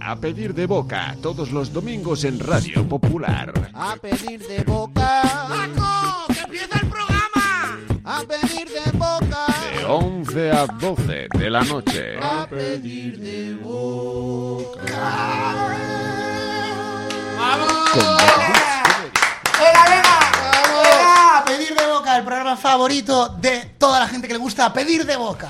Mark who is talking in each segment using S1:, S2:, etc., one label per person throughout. S1: a pedir de boca todos los domingos en Radio Popular.
S2: A pedir de boca,
S3: ¡Paco! ¡Que empieza el programa!
S2: a pedir de boca,
S1: De 11 a 12 de la noche.
S2: a pedir de boca.
S3: ¡Venga, venga!
S2: ¡Vamos!
S3: ¡Venga! ¡Pedir de boca! El programa favorito de toda la gente que le gusta pedir de boca.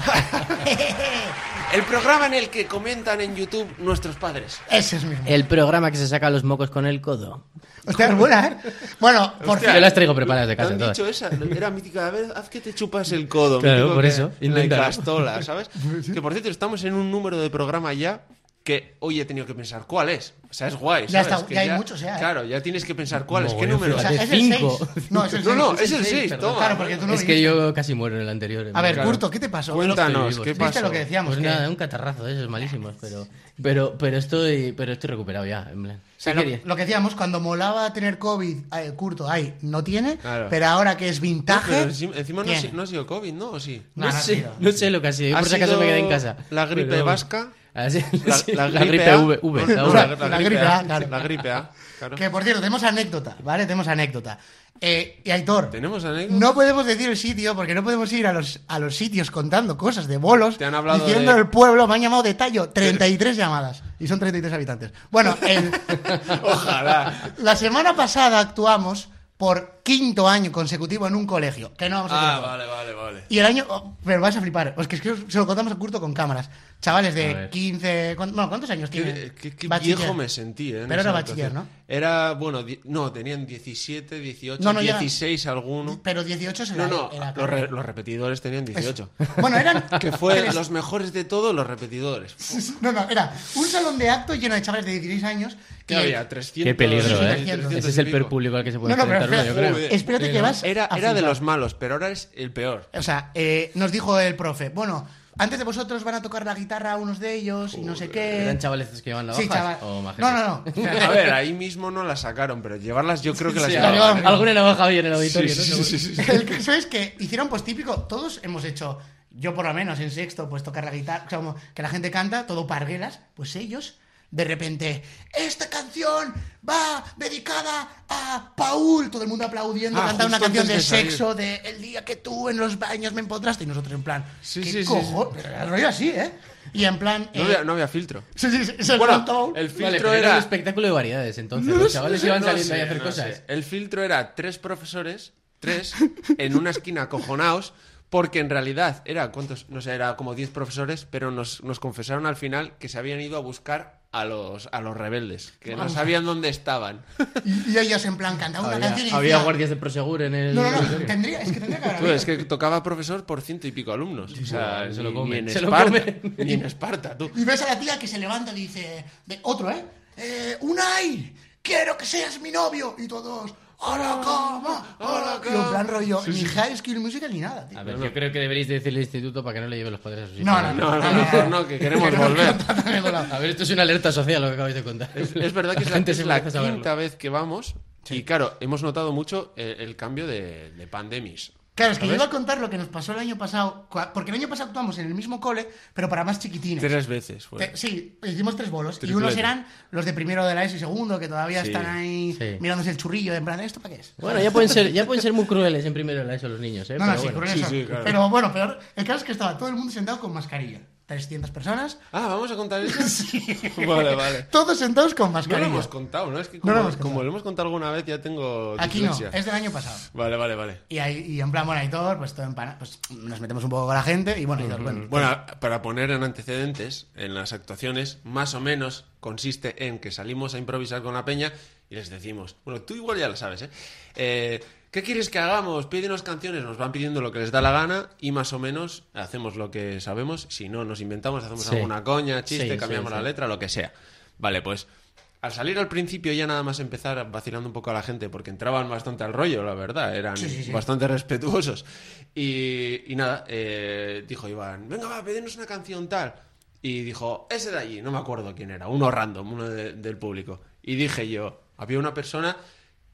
S4: El programa en el que comentan en YouTube nuestros padres.
S3: Ese es mismo.
S5: El programa que se saca los mocos con el codo.
S3: Hostia, es buena, ¿eh? Bueno, por
S4: Hostia.
S5: Yo las traigo preparadas de
S4: ¿Te
S5: casa
S4: han
S5: todas.
S4: dicho esa? Era mítica. A ver, haz que te chupas el codo.
S5: Claro,
S4: mítico
S5: por
S4: que-
S5: eso,
S4: en La
S5: inténtalo.
S4: castola, ¿sabes? Que por cierto, estamos en un número de programa ya que hoy he tenido que pensar cuál es. O sea, es guay.
S3: Ya
S4: ¿sabes?
S3: está,
S4: Que
S3: ya hay muchos ya, ¿eh?
S4: Claro, ya tienes que pensar cuál es. ¿Qué
S5: Mogollón,
S4: número
S3: O sea,
S4: es?
S5: fíjate.
S3: es el
S5: Cinco.
S3: 6. No, es el
S4: No,
S3: 6.
S4: no, es el 6.
S5: perdón.
S4: Toma.
S3: Claro, porque tú no
S5: Es que
S3: viniste.
S5: yo casi muero en el anterior.
S3: A ver,
S4: Claro.
S3: Curto, ¿qué te pasó?
S4: Cuéntanos,
S5: Estoy vivo,
S4: ¿qué
S5: estoy
S3: ¿Viste
S4: pasó?
S3: lo que decíamos?
S5: Pues
S3: que-
S5: nada, un catarrazo de esos malísimos, pero, pero, pero estoy, pero estoy recuperado ya, en plan.
S3: O sea,
S5: ¿Qué
S3: lo,
S5: querías?
S3: lo que decíamos, cuando molaba tener COVID, eh, Curto, ahí no tiene,
S4: Claro.
S3: pero ahora que es vintage,
S4: Pero encima, encima no, ha
S3: tiene.
S4: si- no ha sido COVID, ¿no? ¿O sí?
S3: No,
S5: No,
S3: no,
S5: sé,
S3: tío.
S5: no sé lo que ha sido. Yo
S4: Ha
S5: por si acaso me quedé en
S4: sido
S5: casa.
S4: la gripe
S5: Pero-
S4: vasca,
S5: Ah, sí,
S4: la-
S5: sí,
S4: la
S5: la
S4: gripe
S5: gripe
S4: A.
S5: V, V, la
S4: No,
S5: V.
S4: la-
S3: la, gripe A, claro.
S4: La gripe A. Claro.
S3: Que por cierto, tenemos anécdota, ¿vale? Tenemos anécdota. Eh, y Aitor,
S4: ¿Tenemos anécdotas?
S3: no podemos decir el sitio porque no podemos ir a los, a los sitios contando cosas de bolos.
S4: Te han hablado
S3: diciendo
S4: de-
S3: el pueblo, me han llamado de tallo. 33 llamadas y son 33 habitantes. Bueno, el-
S4: Ojalá.
S3: la semana pasada actuamos por quinto año consecutivo en un colegio. Que no vamos a
S4: Ah,
S3: contar.
S4: vale, vale, vale.
S3: Y el año. oh, pero vais a flipar. Os que es que os- se lo contamos a Curto con cámaras. Chavales
S5: A
S3: de
S5: ver.
S3: 15. ¿cuán- bueno, ¿cuántos años tienen?
S4: Qué, qué- qué
S3: Bachiller.
S4: viejo me sentí, ¿eh? en
S3: Pero era
S4: esa
S3: bachiller,
S4: actuación.
S3: ¿no?
S4: Era, bueno, di- no, tenían 17, 18,
S3: No, no, ya-
S4: 16 alguno.
S3: Pero 18 se
S4: No,
S3: la-
S4: no,
S3: era
S4: los, re-
S3: carrera.
S4: los repetidores tenían 18.
S3: Bueno, eran.
S4: Que fue
S3: tres-
S4: los mejores de todos los repetidores.
S3: No, no, era un salón de acto lleno de chavales de 16 años.
S4: Que
S3: y-
S4: había 300.
S5: Qué peligro,
S3: Sí,
S5: ¿eh?
S3: 300
S5: Ese es el
S4: y
S5: peor
S4: pico.
S5: público al que se puede
S3: No, no, pero eh,
S5: enfrentar uno, yo
S3: espérate,
S5: creo.
S4: creo.
S3: espérate que vas.
S4: Era,
S3: a
S4: era de
S3: flipar.
S4: los malos, pero ahora es el peor.
S3: O sea, eh, nos dijo el profe, bueno, antes de vosotros van a tocar la guitarra unos de ellos y no sé qué.
S5: ¿Eran chavales que llevan navajas?
S3: sí, chaval.
S5: o
S3: no,
S5: majetes?
S3: no, no.
S4: A ver, ahí mismo no la sacaron, pero llevarlas yo creo que las
S5: Sí,
S3: la
S4: llevaban.
S3: llevaban.
S5: alguna, alguna navaja había en el auditorio, ¿no? Seguro.
S3: El caso es que hicieron pues típico, todos hemos hecho, yo por lo menos en sexto, pues tocar la guitarra, o sea, como que la gente canta, todo parguelas, pues ellos de repente, esta canción va dedicada a Paul, todo el mundo aplaudiendo,
S4: Ah,
S3: cantando una
S4: justo
S3: canción de,
S4: antes de salir.
S3: sexo, de el día que tú en los baños me empotraste, y nosotros en plan,
S4: Sí,
S3: ¿qué
S4: sí, sí,
S3: cojo? Pero rollo así, ¿eh? Y en plan...
S4: No
S3: eh,
S4: había, no había filtro.
S3: sí, sí, sí, se
S4: Bueno, eh,
S3: levantó.
S4: el
S5: Vale,
S4: filtro
S5: pero era un
S4: era.
S5: espectáculo de variedades, entonces. Los chavales iban
S4: No
S5: saliendo
S4: sé,
S5: ahí a hacer
S4: no
S5: cosas.
S4: sé. El filtro era tres profesores, tres, en una esquina acojonaos, porque en realidad era, ¿cuántos? No sé, era como diez profesores, pero nos, nos confesaron al final que se habían ido a buscar a los, a los rebeldes, que no sabían dónde estaban.
S3: Y, y ellos en plan cantaban una canción y
S5: Había, había
S3: decían-
S5: guardias de Prosegur en el.
S3: No, no, no,
S5: auditorio.
S3: tendría, es que tendría que haber
S4: Tú,
S3: habido.
S4: es que tocaba profesor por ciento y pico alumnos. O sea,
S5: Se lo
S4: ni-
S5: comen,
S4: ni en
S5: se lo
S4: Esparta.
S5: comen.
S4: Ni en Esparta, tú.
S3: Y ves a la tía que se levanta y dice, de otro, ¿eh? eh Unai, quiero que seas mi novio. Y todos, hola, ¿cómo? Hola,
S4: Hola,
S3: Y en plan
S4: ¿cómo?
S3: rollo, ni High School Musical ni nada, tío.
S5: A ver, yo creo que deberéis decirle al instituto para que no le lleve los padres a sus hijos.
S3: No, no,
S4: No, no, no, no, que queremos volver.
S5: A ver, esto es una alerta social lo que acabáis de contar.
S4: Es verdad que es la,
S5: gente
S4: es
S5: se
S4: la
S5: empieza a saberlo.
S4: quinta vez que vamos. Y claro, hemos notado mucho eh, el, cambio de, de pandemis.
S3: Claro, es que yo
S4: ¿Sabes?
S3: iba a contar lo que nos pasó el año pasado, cua- porque el año pasado actuamos en el mismo cole, pero para más chiquitines.
S4: Tres veces. fue.
S3: Te- sí, hicimos tres bolos. Y
S4: Triplete.
S3: unos eran los de primero de la ESO y segundo, que todavía
S4: Sí,
S3: están ahí
S5: sí.
S3: mirándose el churrillo, en plan, ¿esto para qué es?
S5: Bueno, ya pueden, ser, ya pueden ser muy crueles en primero de la ESO los niños, ¿eh?
S3: No,
S5: Pero
S3: no, sí,
S5: bueno.
S3: con
S4: Sí,
S3: eso.
S4: sí, claro.
S3: Pero bueno, peor. El caso es que estaba todo el mundo sentado con mascarilla. 300 personas.
S4: Ah, vamos a contar eso. Vale, vale.
S3: Todos sentados con
S4: No lo
S3: mascarilla.
S4: hemos contado, ¿no? Es que
S3: No
S4: como,
S3: lo hemos
S4: como
S3: contado.
S4: lo hemos contado alguna vez, ya tengo.
S3: Aquí no,
S4: dislexia.
S3: es del año pasado.
S4: Vale, vale, vale.
S3: Y, ahí, y en plan, bueno, Aitor, pues todo en pana, pues nos metemos un poco con la gente y bueno, Aitor, bueno.
S4: Bueno, para poner en antecedentes, en las actuaciones, más o menos consiste en que salimos a improvisar con la peña y les decimos, bueno, tú igual ya lo sabes, ¿eh? Eh, ¿Qué quieres que hagamos? Pídenos canciones, nos van pidiendo lo que les da la gana y más o menos hacemos lo que sabemos. Si no, nos inventamos, hacemos
S5: Sí.
S4: alguna coña, chiste,
S5: Sí,
S4: cambiamos
S5: sí,
S4: la
S5: sí.
S4: letra, lo que sea. Vale, pues al salir al principio ya nada más empezar vacilando un poco a la gente porque entraban bastante al rollo, la verdad, eran
S3: Sí, sí, sí.
S4: bastante respetuosos. Y, y nada, eh, dijo Iván, venga, va, pedirnos una canción tal. Y dijo, ese de allí, no me acuerdo quién era, uno random, uno de- del público. Y dije yo, había una persona,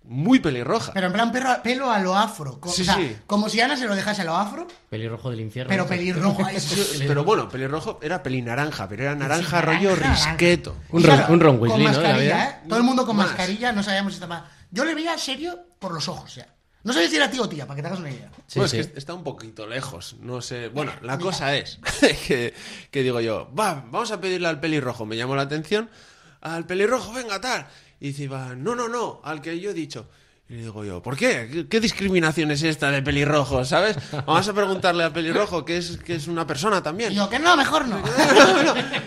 S4: muy pelirroja.
S3: Pero en plan perro- pelo a lo afro. co-
S4: Sí,
S3: o sea,
S4: sí.
S3: como si Ana se lo dejase a lo afro,
S5: Pelirrojo del infierno.
S3: pero pelirrojo. Ay,
S4: Sí, Pero bueno, pelirrojo era pelinaranja, pero era naranja
S3: naranja,
S4: rollo
S3: naranja.
S4: risqueto.
S5: Un
S3: Y
S5: Ron- un Ron
S3: con
S5: Weasley, ¿no? De la
S3: mascarilla,
S5: vida.
S3: ¿eh? Todo el mundo con
S4: Más.
S3: mascarilla, no sabíamos si estaba... Yo le veía serio por los ojos, ya. No sabía si era tío o tía, para que te hagas una idea.
S5: Sí,
S4: Bueno,
S5: sí.
S4: es Pues que está un poquito lejos, no sé. Bueno, la cosa es que, que digo yo, va, vamos a pedirle al pelirrojo, me llamó la atención, al pelirrojo, venga, tal. Y dice, va, no, no, no, al que yo he dicho. Y le digo yo, ¿por qué? ¿Qué, qué discriminación es esta de pelirrojo, sabes? Vamos a preguntarle al pelirrojo, que es, que es una persona también.
S3: Y yo, que no, mejor no.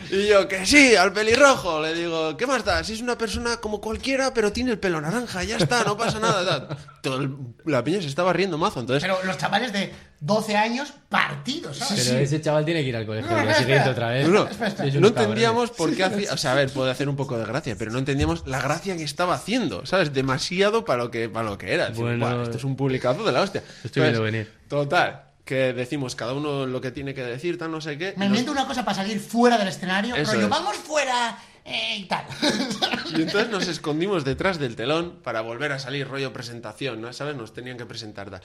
S4: Y yo, que sí, al pelirrojo. Le digo, ¿qué más da? Si es una persona como cualquiera, pero tiene el pelo naranja, ya está, no pasa nada. tal. Todo el- la piña se estaba riendo mazo, entonces...
S3: Pero los chavales de 12 años partidos, ¿sabes?
S5: Pero ese chaval tiene que ir al colegio
S3: No,
S5: al día
S3: espera,
S5: siguiente
S3: espera.
S5: otra vez.
S4: No,
S3: Eh, Espera, espera.
S5: Es
S4: no
S5: unos
S4: entendíamos por qué hacía. O sea, a ver, puede hacer un poco de gracia, pero no entendíamos la gracia que estaba haciendo, ¿sabes? Demasiado para lo que, para lo que era. Decir,
S5: Bueno.
S4: "Buah, esto es un publicazo de la hostia.
S5: Estoy viendo venir.
S4: Total, que decimos cada uno lo que tiene que decir, tal, no sé qué.
S3: Me
S4: y nos-
S3: invento una cosa para salir fuera del escenario,
S4: Eso
S3: rollo,
S4: es.
S3: vamos fuera eh, y tal.
S4: Y entonces nos escondimos detrás del telón para volver a salir, rollo presentación, ¿no? ¿Sabes? Nos tenían que presentar. tal.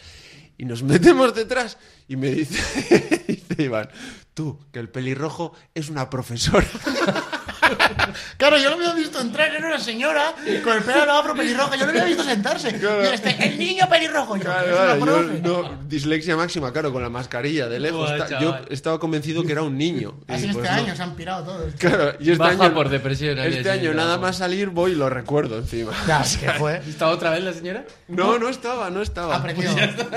S4: Y nos metemos detrás y me dice, dice Iván, tú, que el pelirrojo es una profesora.
S3: claro, yo lo había visto entrar, era una señora con el pelo afro pelirrojo, yo lo había visto sentarse.
S4: Claro.
S3: Y este, el niño pelirrojo, yo,
S4: Claro,
S3: "Es una
S4: claro, yo
S3: profe".
S4: no- dislexia máxima, claro, con la mascarilla de lejos.
S5: Buah,
S4: ta- yo
S5: chaval.
S4: estaba convencido que era un niño. Y
S3: Así
S4: pues
S3: este
S4: no.
S3: año se han pirado todos.
S4: Claro, y este
S5: Baja
S4: año,
S5: por depresión, ¿eh? ahí
S4: Este
S5: así,
S4: año, nada
S5: vamos.
S4: más salir, voy y lo recuerdo encima.
S3: Ya, es que fue.
S5: ¿Está otra vez la señora?
S4: No, no estaba, no estaba.
S3: Aprendió.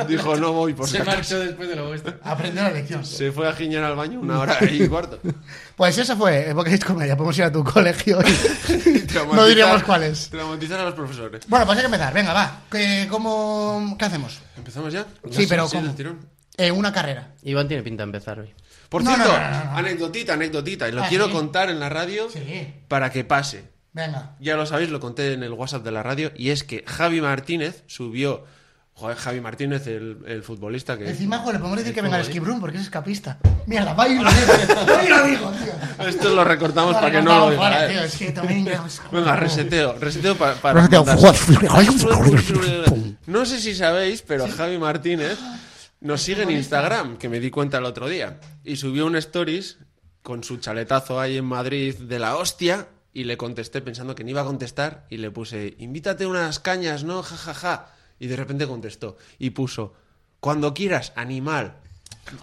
S4: Dijo, no voy por si
S5: Se
S4: acaso.
S5: marchó después de lo vuestro.
S3: Aprendió la lección.
S4: Se fue a giñar al baño una hora y cuarto.
S3: Pues eso fue Época de Comedia. Podemos ir a tu colegio y no
S4: Traumatizar-
S3: diríamos cuál es.
S4: Traumatizar a los profesores.
S3: Bueno, pues hay que empezar. Venga, va. ¿Qué, cómo, ¿qué hacemos?
S4: ¿Empezamos ya?
S3: Sí, pero
S4: del
S3: ¿cómo?
S4: tirón.
S3: Eh, una carrera.
S5: Iván tiene pinta de empezar hoy.
S4: Por
S3: No, no,
S4: cierto,
S3: no, no, no, no.
S4: anecdotita, anecdotita. Y lo
S3: Ah,
S4: quiero
S3: sí.
S4: contar en la radio
S3: Sí.
S4: para que pase.
S3: Venga.
S4: Ya lo sabéis, lo conté en el WhatsApp de la radio, y es que Javi Martínez subió. Joder, Javi Martínez, el, el futbolista que.
S3: Encima, joder, le podemos decir que venga al esquibrón porque es escapista. Mierda, va a ir. Va a ir, amigo, tío.
S4: Esto lo recortamos para que no lo
S3: Vamos,
S4: diga.
S3: vale,
S4: eh.
S3: tío, es que también ya-
S4: Venga, reseteo, reseteo pa- para.
S3: Reseteo.
S4: mandar- No sé si sabéis, pero Javi Martínez nos sigue en Instagram, que me di cuenta el otro día. Y subió un stories con su chaletazo ahí en Madrid de la hostia. Y le contesté pensando que no iba a contestar. Y le puse, invítate unas cañas, ¿no? Ja, ja, ja. Y de repente contestó. Y puso, cuando quieras, animal.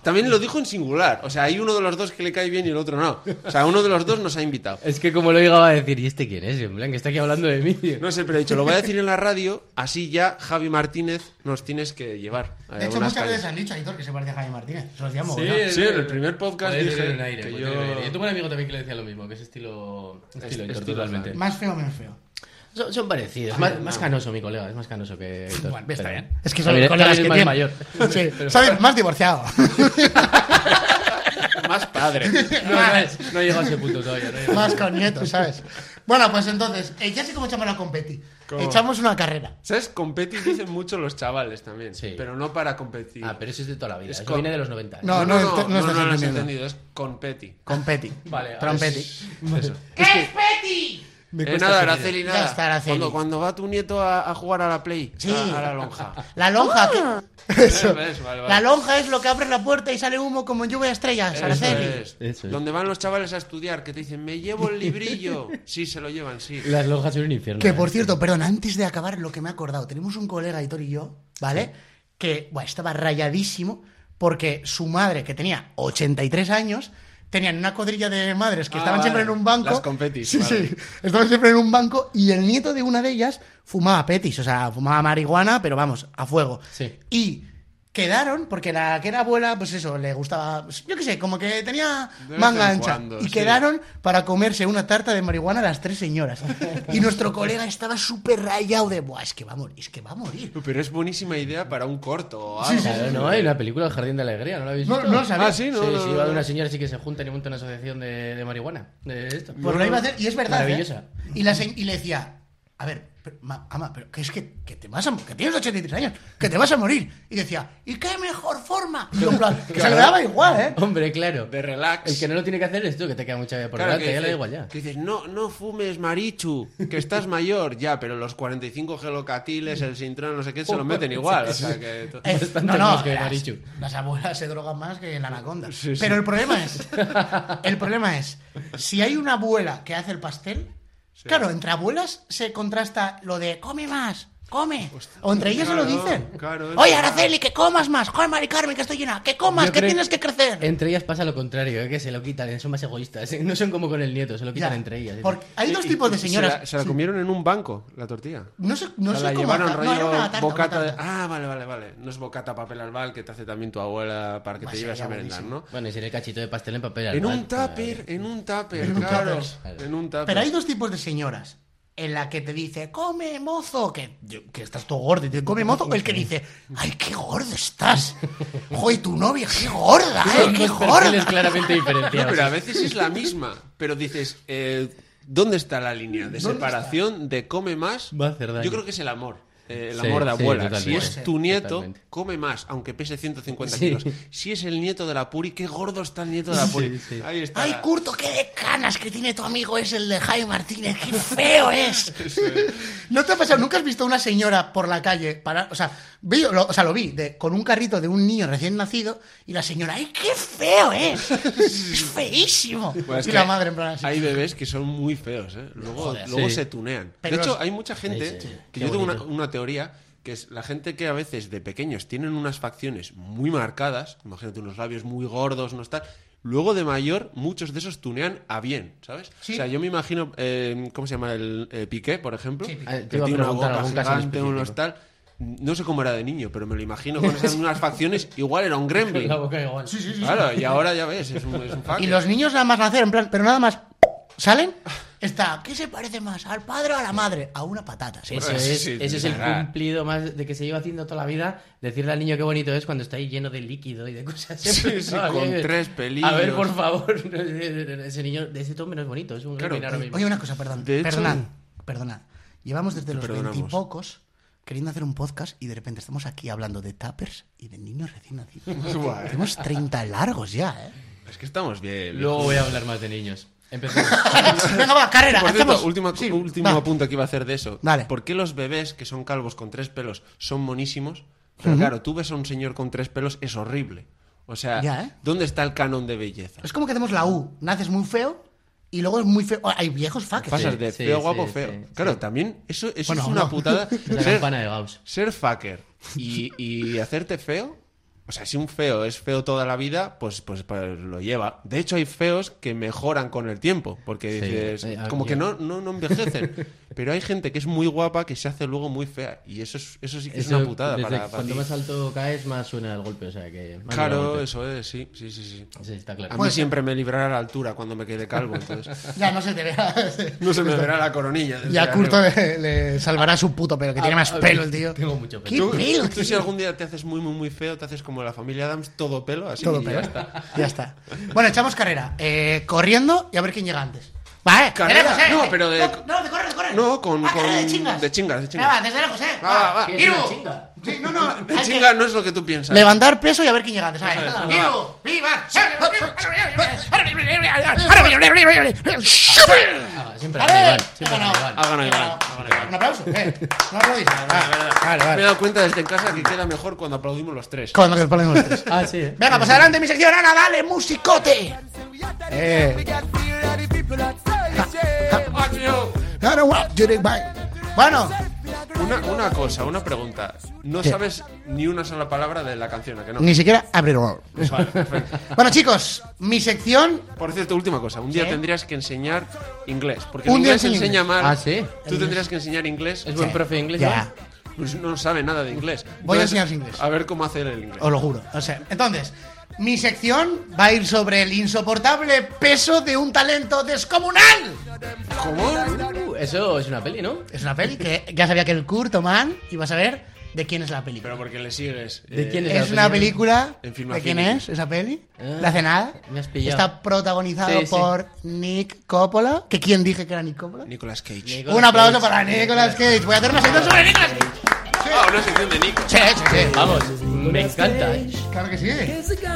S4: También lo dijo en singular. O sea, hay uno de los dos que le cae bien y el otro no. O sea, uno de los dos nos ha invitado.
S5: Es que como lo llegaba a decir, ¿y este quién es? En plan, que está aquí hablando de mí.
S4: No sé, pero he dicho, lo voy a decir en la radio, así ya, Javi Martínez, nos tienes que llevar. a
S3: De hecho,
S4: unas
S3: muchas veces
S4: calles.
S3: han dicho, Aitor, que se parece a Jaime Martínez. Se lo decíamos,
S4: es- sí, en el primer podcast
S5: Puede
S4: dije
S5: tener un aire,
S4: que
S5: puede
S4: yo-
S5: tener un aire. Yo tengo un amigo también que le decía lo mismo, que es estilo... Estilo, Héctor,
S4: estilo
S5: totalmente.
S4: Javi.
S3: Más feo o menos feo.
S5: Son, son parecidos. Más, más canoso mi colega, es más canoso que Héctor.
S3: Bueno, está
S5: Pero-
S3: bien. Es que son
S5: También-
S3: colegas
S5: también
S3: que
S5: es más
S3: tienen.
S5: mayor.
S3: Sí,
S5: Pero-
S3: ¿sabes? Más divorciado.
S4: Más padre.
S5: No, no, es- no he llegado a ese punto todavía. no he llegado.
S3: Más con nietos, ¿sabes? Bueno, pues entonces, eh, ya sé cómo echamos la competi. Echamos una carrera.
S4: ¿Sabes? Competir dicen mucho los chavales también,
S5: Sí.
S4: pero no para competir.
S5: Ah, pero eso es de toda la vida.
S4: Es
S5: Eso
S4: con-
S5: viene de los 90.
S3: No, no, ent- no estás
S4: lo has
S3: entendiendo.
S4: entendido, es competi.
S3: Competi.
S5: Vale, ahora
S3: Trompeti.
S4: Eso.
S3: ¿Qué es Peti?
S4: Eh, nada, Araceli,
S3: Ya
S4: nada.
S3: está, Araceli.
S4: Cuando, cuando va tu nieto a, a jugar a la Play,
S3: Sí.
S4: a, a la lonja.
S3: La lonja.
S4: Ah.
S3: que- Eso.
S4: ¿Ves? Vale, vale.
S3: La lonja es lo que abres la puerta y sale humo como en lluvia de estrellas,
S4: Eso
S3: Araceli.
S4: es.
S5: Eso es.
S4: Donde van los chavales a estudiar, que te dicen, me llevo el librillo. Sí, se lo llevan, sí.
S5: Las lonjas son un infierno.
S3: Que
S5: ¿eh?
S3: por cierto, perdón, antes de acabar lo que me he acordado, tenemos un colega, Hitor y yo, ¿vale? Que buah, estaba rayadísimo porque su madre, que tenía 83 años, tenían una cuadrilla de madres que
S4: Ah,
S3: estaban siempre en
S4: vale.
S3: un banco.
S4: Las competis,
S3: Sí,
S4: vale.
S3: sí, estaban siempre en un banco y el nieto de una de ellas fumaba petis, o sea, fumaba marihuana, pero vamos, a fuego.
S5: Sí.
S3: Y quedaron, porque la que era abuela, pues eso, le gustaba, pues, yo qué sé, como que tenía
S4: De vez
S3: manga
S4: en
S3: ancha.
S4: cuando,
S3: y
S4: sí.
S3: quedaron para comerse una tarta de marihuana a las tres señoras. Y nuestro colega estaba súper rayado de, Buah, es que va a morir, es que va a morir.
S4: Pero es buenísima idea para un corto o
S3: Sí,
S4: algo.
S3: sí,
S5: Claro, no, hay una película, El Jardín de la Alegría, ¿no la habéis
S3: No,
S5: visto?
S3: no lo sabía.
S4: Ah, sí, no.
S5: sí,
S4: no,
S5: sí,
S4: no,
S5: va de
S4: no.
S5: unas señoras y que se juntan y montan una asociación de, de marihuana. De esto.
S3: Pues lo iba a hacer, y es verdad. ¿eh?
S5: Maravillosa.
S3: Y, la se- y le decía, a ver, pero, ma- ama, pero que es que, que te vas a, que tienes 83 años, que te vas a morir. Y decía, ¿y qué mejor forma? Y yo, en plan, se le daba igual, ¿eh?
S5: Hombre, claro.
S4: De relax.
S5: El que no lo tiene que hacer es tú, que te queda mucha vida por
S4: Claro,
S5: delante, ya
S4: dice-
S5: le da igual ya.
S4: que dices, no, no fumes, Marichu, que estás mayor, ya, pero los 45 gelocatiles, el sintrón, no sé qué, se lo
S3: Oh,
S4: meten igual. o sea que to-
S3: Eh,
S5: Bastante más que
S3: las-
S5: Marichu.
S3: Las abuelas se drogan más que la anaconda. Pero el problema es, el problema es, si hay una abuela que hace el pastel, claro, entre abuelas se contrasta lo de come más, come. o entre ellas se
S4: claro,
S3: lo dicen.
S4: claro, es
S3: Oye,
S4: verdad.
S3: Araceli, que comas más, joder, Mari Carmen, que estoy llena, que comas,
S5: Yo
S3: que
S5: creo-
S3: tienes que crecer.
S5: Entre ellas pasa lo contrario, ¿eh? que se lo quitan, son más egoístas. ¿eh? No son como con el nieto, se lo
S3: Ya,
S5: quitan entre ellas. ¿eh?
S3: porque hay dos
S4: Y-
S3: tipos de
S4: y se
S3: señoras.
S4: la- Se la, comieron en un banco, la tortilla.
S3: No sé, no
S4: O sea,
S3: sé
S4: la
S3: cómo
S4: llevaron
S3: hacer- no,
S4: rollo
S3: era una tarta,
S4: bocata
S3: una
S4: de-
S3: tarta.
S4: Ah, vale, vale, vale. No es bocata papel albal que te hace también tu abuela para que
S3: Buah,
S4: te lleves a
S3: sería
S4: merendar,
S3: buenísimo.
S4: ¿no?
S5: Bueno, y sería el cachito de pastel en papel.
S4: En
S5: albal,
S4: un
S5: para-
S4: tupper, en un tupper,
S3: En un
S4: claro.
S5: tupper.
S4: En un tupper.
S3: Pero hay dos tipos de señoras. En la que te dice, come mozo, que, que estás todo gordo, y te dice, come mozo, o el que dice, ay, qué gordo estás. Joder, tu novia, qué gorda, ay,
S5: Son
S3: qué
S5: pues, dos perfiles
S3: gorda.
S5: claramente
S4: No,
S5: diferenciados.
S4: pero a veces es la misma. Pero dices, eh, ¿dónde está la línea de separación de come más?
S5: Va a hacer daño.
S4: Yo creo que es el amor. eh, el
S5: Sí,
S4: amor de
S5: sí,
S4: abuela. si
S5: totalmente.
S4: es tu nieto,
S5: Totalmente.
S4: come más, aunque pese 150
S5: Sí.
S4: kilos. Si es el nieto de la Puri, qué gordo está el nieto de la
S5: Sí,
S4: Puri.
S5: sí.
S4: Ahí está.
S3: Ay,
S4: la-
S3: Curto, qué de canas que tiene tu amigo es el de Jaime Martínez, qué feo es. ¿No te ha pasado? ¿Nunca has visto una señora por la calle? Para, o, sea, vi- lo, o sea, lo vi de- con un carrito de un niño recién nacido y la señora, ¡ay, qué feo es! ¡Es feísimo!
S4: Bueno, es
S3: y
S4: que
S3: la madre, en plan así.
S4: Hay bebés que son muy feos, ¿eh? Luego,
S3: Joder,
S4: luego
S5: sí.
S4: se tunean.
S3: Pero
S4: de hecho,
S3: los-
S4: hay mucha gente
S5: Sí, sí.
S4: que
S5: Qué
S4: yo tengo una,
S5: bonito.
S4: una teoría que es la gente que a veces de pequeños tienen unas facciones muy marcadas, imagínate unos labios muy gordos, no tal. Luego de mayor, muchos de esos tunean a bien, ¿sabes?
S3: Sí.
S4: O sea, yo me imagino, eh, ¿cómo se llama? El eh, Piqué, por ejemplo.
S3: Sí, Piqué.
S5: Ah, te
S4: que
S5: iba a
S4: tiene una
S5: preguntar
S4: boca
S5: algún caso en
S4: gigante, unos
S5: específico.
S4: tal. No sé cómo era de niño, pero me lo imagino con esas unas facciones. Igual era un gremlin.
S5: La boca igual.
S4: Claro, y ahora ya ves, es un, es un fucker.
S3: Y los niños nada más nacer, en plan, pero nada más salen. Está, ¿qué se parece más? ¿Al padre o a la madre? A una patata. sí.
S5: Eso
S4: Bueno,
S5: es,
S4: sí,
S5: ese es el
S4: nada.
S5: cumplido más de que se lleva haciendo toda la vida. Decirle al niño qué bonito es cuando está ahí lleno de líquido y de cosas.
S4: Sí, sí,
S5: Ah,
S4: con
S5: bien.
S4: tres pelillos.
S5: A ver, por favor, ese niño, de ese tono no es bonito, es un
S4: Claro.
S5: gremlin ahora mismo.
S3: Oye, una cosa, perdón.
S4: De hecho-
S3: perdonad, perdonad. Llevamos desde los
S4: perdonamos.
S3: veintipocos queriendo hacer un podcast y de repente estamos aquí hablando de tappers y de niños recién nacidos.
S4: Guay.
S3: Tenemos 30 largos ya, ¿eh?
S4: Es que estamos bien.
S5: Luego voy a hablar más de niños. Empecemos.
S3: Venga, va, carrera.
S4: Por cierto,
S3: hacemos-
S4: última-
S3: Sí,
S4: último
S3: va.
S4: apunte que iba a hacer de eso.
S3: Dale.
S4: ¿Por qué los bebés que son calvos con tres pelos son monísimos? Pero claro, tú ves a un señor con tres pelos, es horrible. O sea,
S3: Ya, ¿eh?
S4: ¿dónde está el canon de belleza?
S3: Es como que hacemos la U. Naces muy feo y luego es muy feo. Oh, Hay viejos fuckers.
S4: Pasas de
S5: sí,
S4: feo
S5: sí,
S4: guapo
S5: sí,
S4: feo.
S5: sí.
S4: claro, también eso, eso
S3: Bueno,
S4: es una
S3: no.
S4: putada.
S5: La
S4: Ser-
S5: campana de Gauss.
S4: ser fucker y, y hacerte feo, o sea, si un feo es feo toda la vida, pues, pues, pues lo lleva. De hecho, hay feos que mejoran con el tiempo, porque
S5: Sí.
S4: dices,
S5: Eh, a-
S4: como
S5: yo-
S4: que no, no, no envejecen. Pero hay gente que es muy guapa que se hace luego muy fea, y eso, es, eso sí que es
S5: Eso,
S4: una putada
S5: desde
S4: para, para
S5: Cuanto
S4: ti.
S5: más alto caes, más suena el golpe. O sea que. más dura el
S4: Claro,
S5: golpe.
S4: eso es, sí, sí, sí. sí.
S5: Sí, está
S4: A
S5: claro.
S3: Pues, eh,
S4: mí siempre me librará la altura cuando me quede calvo, entonces
S3: Ya no se te vea.
S4: no se me verá la coronilla. desde
S3: Ya
S4: arriba.
S3: Curto le, le salvará su puto pelo, que tiene
S5: A-
S3: más
S5: Ah, a ver,
S3: pelo el tío.
S5: Tengo mucho
S3: ¿Qué
S5: pelo.
S4: Tú,
S3: pelo?
S4: tú
S3: tío?
S4: si algún día te haces muy, muy, muy feo, te haces como la familia Adams, todo pelo, así
S3: Todo
S4: y ya
S3: pelo.
S4: está.
S3: Ya está. Bueno, echamos carrera. Eh, corriendo y a ver quién llega antes. Vale,
S4: Carrera,
S3: de lejos, eh.
S4: no, pero de-
S3: No, no, de correr, de correr.
S4: No, con-
S3: Ah, carrera de
S4: con-
S3: chingas.
S4: de chingas, de chingas.
S3: Venga, va, desde lejos, eh.
S4: Va, va, va.
S5: ¿Qué es
S3: Iru.
S5: una chinga?
S3: Sí, no, no. hay
S4: La
S3: que
S4: chinga no es lo que tú piensas.
S3: Levantar peso y a ver quién llega antes. A ver.
S4: Eso es,
S3: Iru, viva. sale,
S5: Ah, siempre
S3: ¡Ale!
S5: igual.
S3: He
S5: Siempre
S3: ganado.
S5: igual.
S4: Ha ganado
S3: He
S4: Iván,
S3: ganado.
S4: ha ganado Iván. Ah,
S3: Un aplauso. eh. No aplaudís. Vale,
S4: Me he
S3: vale.
S4: dado cuenta desde en casa que queda mejor cuando aplaudimos los tres.
S3: Cuando que ponemos tres.
S5: Ah, sí, ¿eh?
S3: Venga, pues adelante mi sección, Ana, dale, musicote.
S5: Eh,
S4: Eh,
S3: Bueno,
S4: Una, una cosa, una pregunta. No sabes ni una sola palabra de la canción, ¿a que no?
S3: ni siquiera abrirlo.
S4: Vale, perfecto.
S3: Bueno, chicos, mi sección.
S4: Por cierto, última cosa. Un día
S3: ¿Sí?
S4: tendrías que enseñar inglés. Porque
S3: Un
S4: el
S3: día
S4: inglés se
S3: enseño
S4: enseña
S3: inglés.
S4: mal.
S5: Ah, sí.
S4: Tú tendrías que enseñar inglés.
S5: Es buen profe de inglés.
S3: Ya.
S5: ¿no?
S4: Pues no sabe nada de inglés.
S3: Voy a
S4: Entonces,
S3: enseñaros inglés.
S4: A ver cómo hace él el inglés.
S3: Os lo juro. O sea, entonces, mi sección va a ir sobre el insoportable peso de un talento descomunal.
S4: ¿Cómo?
S5: Uh, eso es una peli, ¿no?
S3: Es una peli que ya sabía que el curto man iba a saber de quién es la película.
S4: Pero porque le sigues.
S5: ¿De
S4: eh,
S5: quién es?
S3: Es una película.
S4: En
S3: ¿De quién
S4: Filmación.
S3: es esa peli?
S5: Ah,
S3: ¿La hace nada?
S5: me has pillado.
S3: Está protagonizado
S5: Sí, sí.
S3: por Nick Coppola. ¿Que quién dije que era Nick Coppola?
S4: Nicolas Cage.
S5: Nicolas
S3: Un aplauso
S5: Cage.
S3: para Nicolas Cage. Voy a hacer una sección sobre Nicolas Cage.
S4: Ah, una sección de Nico.
S3: Sí, sí, sí.
S5: Vamos, me encanta. ¿eh?
S3: Claro que sí.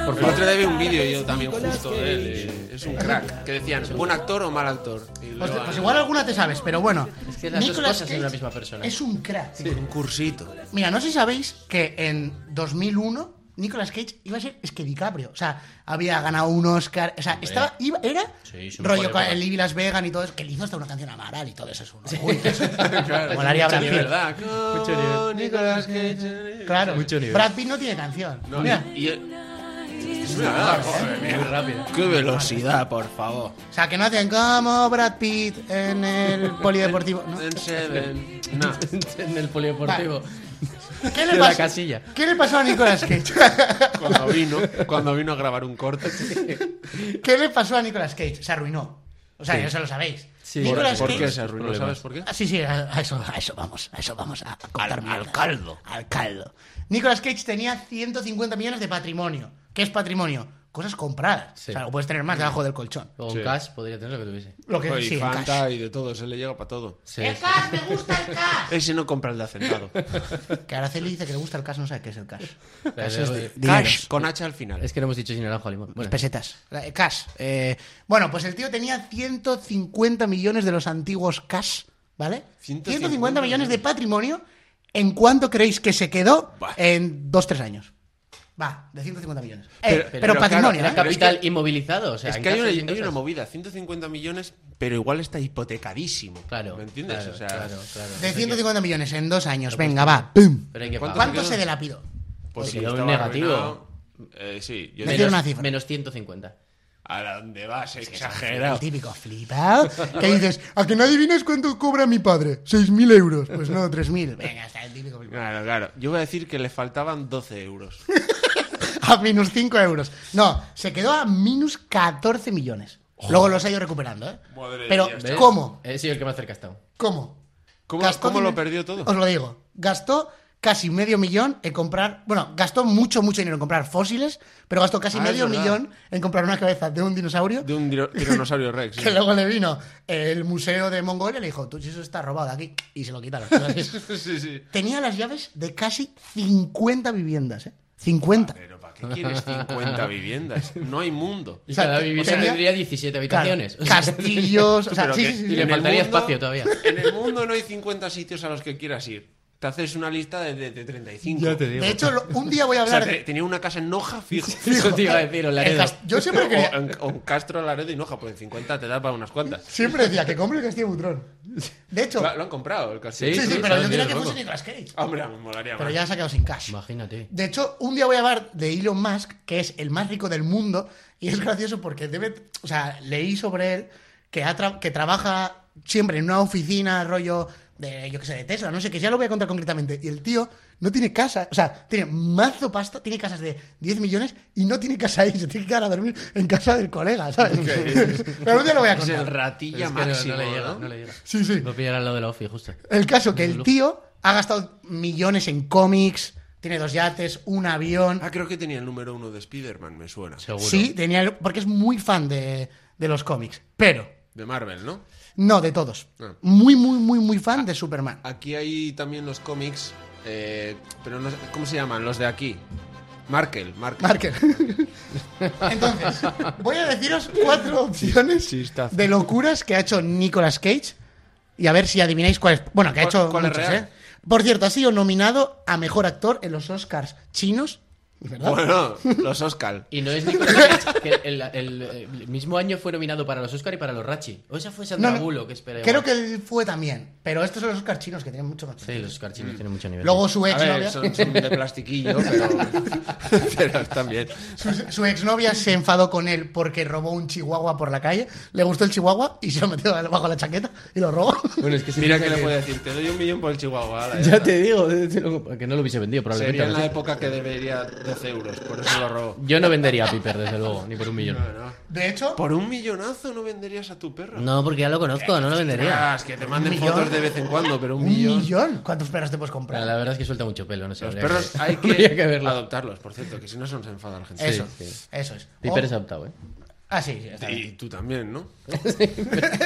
S4: Por favor, te debe un vídeo yo también justo de él. eh, Es un crack. Que decían, ¿buen actor o mal actor? Y
S3: Pues,
S4: luego-
S3: pues igual alguna te sabes, pero bueno.
S5: Es que las dos cosas son la misma persona.
S3: Es un crack.
S4: Un cursito.
S3: Mira, no sé si sabéis que en 2001 Nicolas Cage iba a ser es que DiCaprio, o sea, había ganado un Oscar, o sea, estaba iba, era
S5: Sí, su
S3: rollo
S5: mejor
S3: con
S5: época.
S3: el Ivy Las Vegas y todo eso, que le hizo hasta una canción a Amaral y todo eso, es un orgullo. Molaría
S4: mucho
S3: Brad Pitt.
S4: nivel, ¿verdad?
S5: Mucho nivel.
S4: Nicolas Cage.
S3: Claro,
S5: Mucho nivel.
S3: Brad Pitt no tiene canción.
S4: No,
S3: Mira,
S4: y- y- es una verdad, joder, mira.
S5: Muy rápido.
S4: Qué velocidad, por favor.
S3: o sea, que no hacen como Brad Pitt en el polideportivo, ¿no?
S4: En Seven. No.
S5: en el polideportivo.
S3: ¿Qué
S5: De
S3: le
S5: la
S3: pasó?
S5: casilla.
S3: ¿Qué le pasó a Nicolas Cage?
S4: Cuando vino, cuando vino a grabar un corte.
S3: ¿Qué le pasó a Nicolas Cage? Se arruinó. O sea, ya se lo sabéis.
S5: Sí.
S4: ¿Por,
S3: Nicolas
S4: por
S3: Cage-
S4: qué se arruinó? ¿Sabes
S5: Problemas.
S4: por qué?
S3: Ah, sí, sí, a, a eso, a eso vamos, a eso vamos a, a contar mierda. al caldo. Al caldo. Nicolas Cage tenía 150 millones de patrimonio. ¿Qué es patrimonio? Cosas compradas.
S5: Sí.
S3: O sea, lo puedes tener más debajo del colchón.
S5: O un
S4: Sí.
S5: cash podría tener lo que tuviese.
S3: Lo que
S4: y
S3: sí, el cash.
S4: Fanta y de todo, se le llega para todo.
S5: Sí,
S3: ¡El
S5: sí.
S3: cash! ¡Me gusta el cash!
S4: Ese no compra el de hacendado.
S3: Que Araceli dice que le gusta el cash, no sabe qué es el cash.
S5: Pero-
S3: Cash es de-
S4: Cash
S3: dineros.
S4: con H al final.
S5: Es que no hemos dicho sin naranjo a limón. Bueno,
S3: Pesetas. Eh, Cash. Eh, bueno, pues el tío tenía 150 millones de los antiguos cash, ¿vale?
S4: 150
S3: 150 millones de patrimonio. ¿En cuánto creéis que se quedó?
S4: Buah.
S3: En 2-3 años. Va, de 150 millones. Eh,
S4: Pero-
S3: pero,
S4: pero claro,
S3: patrimonio,
S5: era
S3: ¿eh?
S5: capital inmovilizado. O sea,
S4: Es
S5: en
S4: que hay
S5: casas
S4: una,
S5: y en
S4: hay una
S5: cosas.
S4: movida, 150 millones, pero igual está hipotecadísimo.
S5: Claro.
S4: ¿Me entiendes?
S5: Claro,
S4: o sea,
S5: claro, claro.
S3: De 150 millones en 2 años. Venga, va. ¡Pum!
S5: Pero hay que
S4: ¿Cuánto
S5: pagar.
S3: ¿Cuánto se delapidó?
S4: pues
S5: Se
S4: sí,
S5: quedó en
S4: estaba
S5: negativo.
S4: arruinado. Eh, sí, yo
S3: Me
S4: diría,
S3: dieron una cifra.
S5: menos 150.
S4: ¿A dónde vas?
S3: El
S4: Exagerado.
S3: típico flipado. Que dices, a que no adivines cuánto cobra mi padre. 6.000 euros. Pues no, 3.000. Venga, está el típico flipado.
S4: Claro, claro. Yo voy a decir que le faltaban 12 euros.
S3: A menos 5 euros. No, se quedó a minus 14 millones. Luego los ha ido recuperando, ¿eh?
S4: Madre
S3: Pero,
S4: mía,
S5: ¿Ves?
S3: ¿cómo?
S5: He sido el que más cerca ha estado.
S3: ¿Cómo?
S4: ¿Cómo,
S3: Gastó
S4: cómo lo
S3: dinero-
S4: perdió todo?
S3: Os lo digo. Gastó casi medio millón en comprar. Bueno, gastó mucho, mucho dinero en comprar fósiles, pero gastó casi
S4: Ah, es
S3: medio
S4: verdad.
S3: millón en comprar una cabeza de un dinosaurio.
S4: De un diro- tiranosaurio Rex. sí.
S3: Que luego le vino el museo de Mongolia y le dijo, tú, si eso está robado de aquí, y se lo quitaron. ¿sabes?
S4: sí, sí.
S3: Tenía las llaves de casi 50 viviendas, ¿eh? 50.
S4: Pero ¿para qué quieres 50 vivienendas? No hay mundo.
S5: Y
S3: O sea,
S5: cada
S3: que
S5: vivienda
S3: tenía-
S5: tendría 17
S3: Claro,
S5: habitaciones. O sea,
S3: castillos, o sea,
S4: Pero
S3: sí,
S4: que-
S3: sí, sí,
S5: Y
S3: sí.
S5: le
S4: En el
S5: faltaría
S4: mundo-
S5: espacio todavía.
S4: En el mundo no hay 50 sitios a los que quieras ir. Te haces una lista de, de- de 35.
S3: De hecho, lo- un día voy a
S4: O sea,
S3: hablar
S4: te-
S3: de...
S4: tenía una casa en Noja fijo.
S5: Eso te iba a decir,
S3: el
S5: Olaredo.
S3: cas- Yo siempre
S4: O
S3: quería-
S4: en, o en Castro, Laredo y Noja, pues en 50 te da para unas cuantas.
S3: siempre decía que compre el castillo de Butrón. De hecho,
S4: Lo, lo han comprado, el castillo.
S3: sí, sí,
S5: sí,
S3: pero
S5: sí,
S3: yo
S5: sí,
S3: quería
S5: sí,
S3: que
S5: loco.
S3: fuese Nicolas Cage.
S4: Hombre, me molaría
S3: Pero
S4: más.
S3: ya se ha quedado sin cash.
S5: Imagínate.
S3: De hecho, un día voy a hablar de Elon Musk, que es el más rico del mundo, y es gracioso porque debe, o sea, leí sobre él que, ha tra- que trabaja siempre en una oficina, rollo de, yo qué sé, de Tesla, no sé, que ya lo voy a contar concretamente. Y el tío no tiene casa, o sea, tiene mazo pasta, tiene casas de 10 millones y no tiene casa ahí, se tiene que quedar a dormir en casa del colega, ¿sabes? Pero un día lo voy a
S4: Es el
S3: contar.
S4: ratilla
S5: Es que no-
S4: máximo.
S5: no, le llega,
S4: ¿no?
S5: no le llega.
S3: Sí, sí.
S5: Lo pillará al lado de la OFI, justo.
S3: El caso que el tío ha gastado millones en cómics, tiene dos yates, un avión,
S4: Ah, creo que tenía el número uno de Spider-Man, me suena.
S5: Seguro.
S3: Sí, tenía el- porque es muy fan de, de los cómics. Pero,
S4: De Marvel, ¿no?
S3: no de todos.
S4: Ah.
S3: Muy, muy, muy, muy fan de Superman.
S4: Aquí hay también los cómics, eh, pero no sé, ¿cómo se llaman? Los de aquí. Markel, Markel.
S3: Marker. Entonces, voy a deciros cuatro opciones
S4: chistazo.
S3: de locuras que ha hecho Nicolas Cage. Y a ver si adivináis cuál es. Bueno, que ha
S4: ¿Cuál-
S3: hecho
S4: cuál es
S3: muchos,
S4: real?
S3: ¿eh? Por cierto, ha sido nominado a mejor actor en los Oscars chinos. ¿verdad?
S4: Bueno, los Oscar.
S5: Y no es Nicolas Cage, que el, el- el mismo año fue nominado para los Oscar y para los Rachi. O esa fue Sandra
S3: No, no.
S5: Bullock, que espera.
S3: Creo que él fue también. Pero estos son los Oscars chinos que tienen mucho más.
S5: Sí, los Oscar chinos tienen mucho nivel.
S3: Luego su
S4: A ver,
S3: exnovia.
S4: son, son de plastiquillo, pero, pero están bien.
S3: Su, su exnovia se enfadó con él porque robó un chihuahua por la calle. Le gustó el chihuahua y se lo metió bajo la chaqueta y lo robó.
S5: Bueno, es que si
S4: Mira
S5: piensa
S4: que le puede decir, te doy un millón por el Chihuahua. ala,
S5: Ya
S4: está.
S5: te digo, desde luego, que no lo hubiese vendido
S4: Sería
S5: probablemente.
S4: en
S5: no
S4: la
S5: sé.
S4: época que debería de 12 euros, por eso lo robó.
S5: Yo no vendería a Piper, desde luego, ni por un millón.
S4: No, no.
S3: De hecho,
S4: Por un millonazo no venderías a tu perro.
S5: No, porque ya lo conozco, no lo vendería.
S4: Ah, es que te manden
S3: millón.
S4: fotos de vez en cuando, pero un,
S3: un
S4: millón.
S3: millón. ¿Cuántos perros te puedes
S5: Pero
S3: comprar?
S5: la verdad es que suelta mucho pelo, no sé.
S4: Los
S5: habría
S4: perros hay
S5: habría
S4: que, Oh.
S5: verlo.
S4: adoptarlos, por cierto, que si no se nos enfada la gente.
S3: Eso,
S5: Sí, sí.
S3: eso es.
S5: Piper
S3: O-
S5: es adoptado, ¿eh?
S3: Ah, sí, sí, está bien.
S4: Y tú también, ¿no?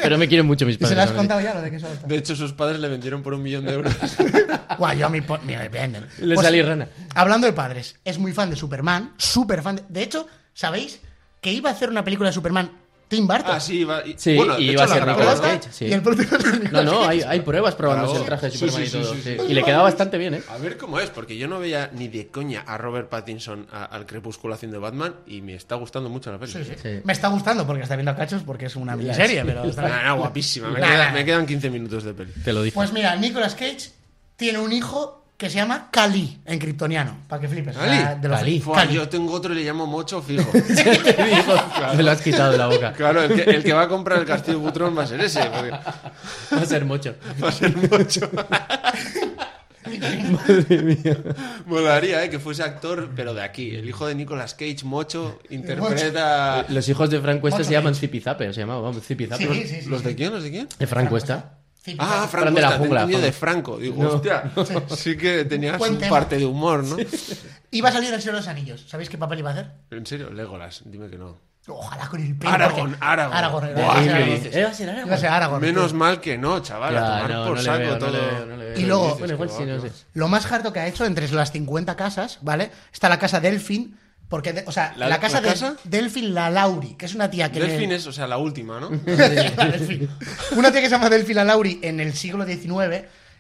S5: Pero me quieren mucho mis
S3: ¿Y
S5: padres.
S3: se lo has
S5: la verdad.
S3: contado ya lo de que eso está?
S4: De hecho, sus padres le vendieron por un millón de euros.
S3: Guau, yo a mi... po- Mira, venden. Pues,
S5: Le salí rana.
S3: Hablando de padres, es muy fan de Superman, súper fan. De... de hecho, ¿sabéis que iba a hacer una película de Superman Tim Burton?
S4: ah, sí, iba, y,
S5: Sí,
S4: bueno, de
S5: y
S4: hecho,
S5: iba a
S4: la
S5: ser
S4: grabó,
S5: Nicolas
S4: ¿no?
S5: Cage. sí.
S3: Y el próximo es Nicolas
S5: No, no,
S3: Cage.
S5: hay, hay pruebas probándose
S4: Bravo.
S5: el traje de
S4: Sí,
S5: Superman
S4: sí, sí,
S5: y todo.
S4: sí,
S5: sí.
S4: sí.
S5: Y le queda bastante bien, ¿eh?
S4: A ver cómo es, porque yo no veía ni de coña a Robert Pattinson a- al crepúsculo haciendo Batman y me está gustando mucho la peli.
S3: Sí, sí.
S5: Sí.
S3: Me está gustando porque está viendo a cachos porque es una miniserie, pero está bien.
S4: Ah, no, guapísima. Me,
S3: Nah.
S4: queda- me quedan 15 minutos de peli.
S5: Te lo dije.
S3: Pues mira, Nicolas Cage tiene un hijo que se llama Kali en kryptoniano, para que flipes. o sea,
S4: ¿Kali?
S3: Ah, de los-
S5: Kali.
S4: Fua, Yo tengo otro y le llamo Mocho fijo.
S5: Te digo, Me lo has quitado de la boca.
S4: Claro, el que, el que va a comprar el castillo Butrón va a ser ese. porque va
S5: Va a ser mucho.
S4: a ser Mocho.
S5: Madre mía.
S4: Molaría, ¿eh? Que fuese actor, pero de aquí. El hijo de Nicolas Cage, Mocho, interpreta...
S5: Los hijos de Frank Cuesta
S3: Ocho
S5: se llaman Zipizape, se llamaba, vamos, Zipizape.
S3: Sí, sí, sí.
S4: ¿Los de quién? ¿Los de quién?
S5: De Frank Cuesta.
S3: Sí,
S4: Ah, Franco,
S5: Fran de
S4: está,
S5: la
S4: te he
S5: jungla,
S4: entendido
S5: Fran.
S4: de Franco. Digo,
S5: No.
S4: hostia, sí que tenías
S3: Buen
S4: un
S3: tema.
S4: parte de humor, ¿no?
S3: Iba a salir el Señor de los Anillos. ¿Sabéis qué papel iba a hacer?
S4: En serio, Legolas, dime que no.
S3: Ojalá con el pelo.
S4: Aragorn,
S3: porque-
S4: Aragorn.
S3: Aragorn.
S4: Buah,
S3: iba a ser
S4: ¿qué
S3: Aragorn.
S4: dices?
S5: Eh, va a ser Aragorn.
S3: Iba a ser Aragorn.
S4: Menos mal que no, chaval, a
S5: Ya,
S4: tomar
S5: no,
S4: por
S5: no le
S4: saco
S5: veo, no
S4: todo.
S5: le veo, no le veo.
S3: Y luego-
S4: Dices,
S5: Bueno, igual
S4: que
S5: sí,
S4: va,
S5: no
S4: que
S5: sé.
S4: va.
S3: Lo más harto que ha hecho entre las 50 casas, ¿vale? Está la casa Delfin, porque, de- o sea, la,
S4: ¿La- la
S3: casa de
S4: casa?
S3: Delfin la Lauri, que es una tía que... en el-
S4: Delfín es, o sea, la última, ¿no?
S3: La Delfin. Una tía que se llama Delfin la Lauri en el siglo XIX.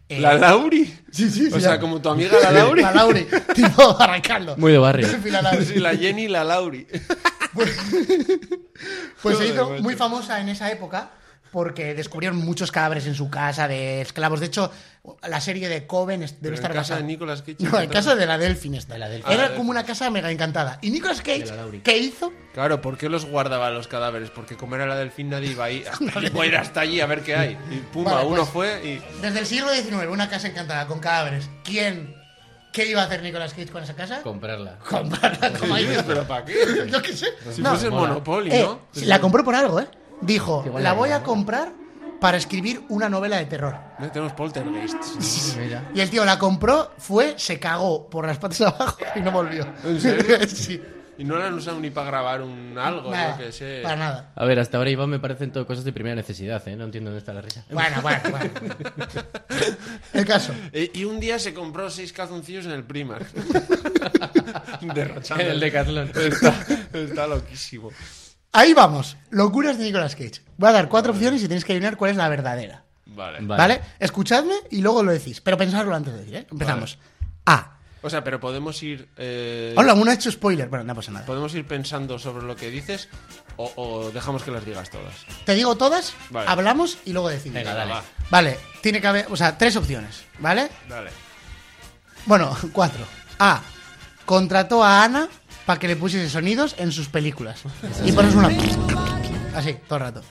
S3: eh,
S4: La Lauri.
S3: Sí, sí, sí,
S4: O sea,
S3: la-
S4: como tu amiga la Lauri.
S3: La Lauri, tipo Baracaldo.
S5: Muy de barrio.
S3: Delfin la Lauri.
S4: Sí, la Jenny y la Lauri.
S3: Pues se
S4: Joder,
S3: hizo
S4: macho.
S3: muy famosa en esa época porque descubrieron muchos cadáveres en su casa de esclavos. De hecho, la serie de Coven es-
S4: Pero
S3: debe estar
S4: en casa
S3: basada.
S4: de Nicolas Cage.
S3: No, en casa de la Delfin está.
S5: la Delfin.
S4: Ah,
S3: Era
S4: la
S3: como una casa mega encantada. Y Nicolas Cage,
S5: De la Lauri.
S3: ¿qué hizo?
S4: Claro, ¿por qué los guardaba los cadáveres? Porque como era la Delfín nadie iba ahí. Hasta, yo voy a ir hasta allí a ver qué hay. Y puma,
S3: Vale,
S4: uno
S3: pues-
S4: fue y...
S3: Desde el siglo XIX, una casa encantada con cadáveres. ¿Quién? ¿Qué iba a hacer Nicolas Cage con esa casa?
S5: Comprarla.
S3: Comprarla, como ahí.
S4: ¿Pero para qué?
S3: Yo qué sé.
S4: Si
S3: No,
S4: fuese el
S5: mola.
S4: Monopoly,
S3: Eh,
S4: ¿no?
S3: la compró por algo, ¿eh? Dijo,
S5: Qué buena
S3: la voy
S5: idea,
S3: a
S5: ¿no?
S3: comprar para escribir una novela de terror.
S4: No, Tenemos poltergeists.
S5: Mira.
S3: Y el tío la compró, fue, se cagó por las patas abajo y no volvió.
S4: ¿En serio?
S3: sí.
S4: Y no la han usado ni para grabar un algo,
S3: Nada,
S4: yo que sé.
S3: Para nada.
S5: A ver, hasta ahora Iván me parecen todo cosas de primera necesidad, ¿eh? No entiendo dónde está la risa.
S3: Bueno, bueno, bueno. El caso.
S4: Eh, y un día se compró seis calzoncillos en el Primark. Derrochando.
S5: En el Decathlon.
S4: Está, está loquísimo.
S3: Ahí vamos. Locuras de Nicolas Cage. Voy a dar cuatro opciones y tenéis que adivinar cuál es la verdadera.
S4: Vale.
S5: Vale.
S3: ¿Vale? Escuchadme y luego lo decís. Pero pensadlo antes de decir, ¿eh? Empezamos. A.
S4: O sea, pero podemos ir. eh, Pues-
S3: Hola, uno ha hecho spoiler. Bueno, no pasa nada.
S4: Podemos ir pensando sobre lo que dices o, o dejamos que las digas todas.
S3: Te digo todas,
S4: Vale.
S3: hablamos y luego decimos.
S5: Venga, dale.
S4: va.
S3: Vale, tiene que haber, o sea, tres opciones, ¿vale?
S4: Dale.
S3: Bueno, cuatro. A. Contrató a Ana para que le pusiese sonidos en sus películas. Y por eso es una. Así, todo el rato.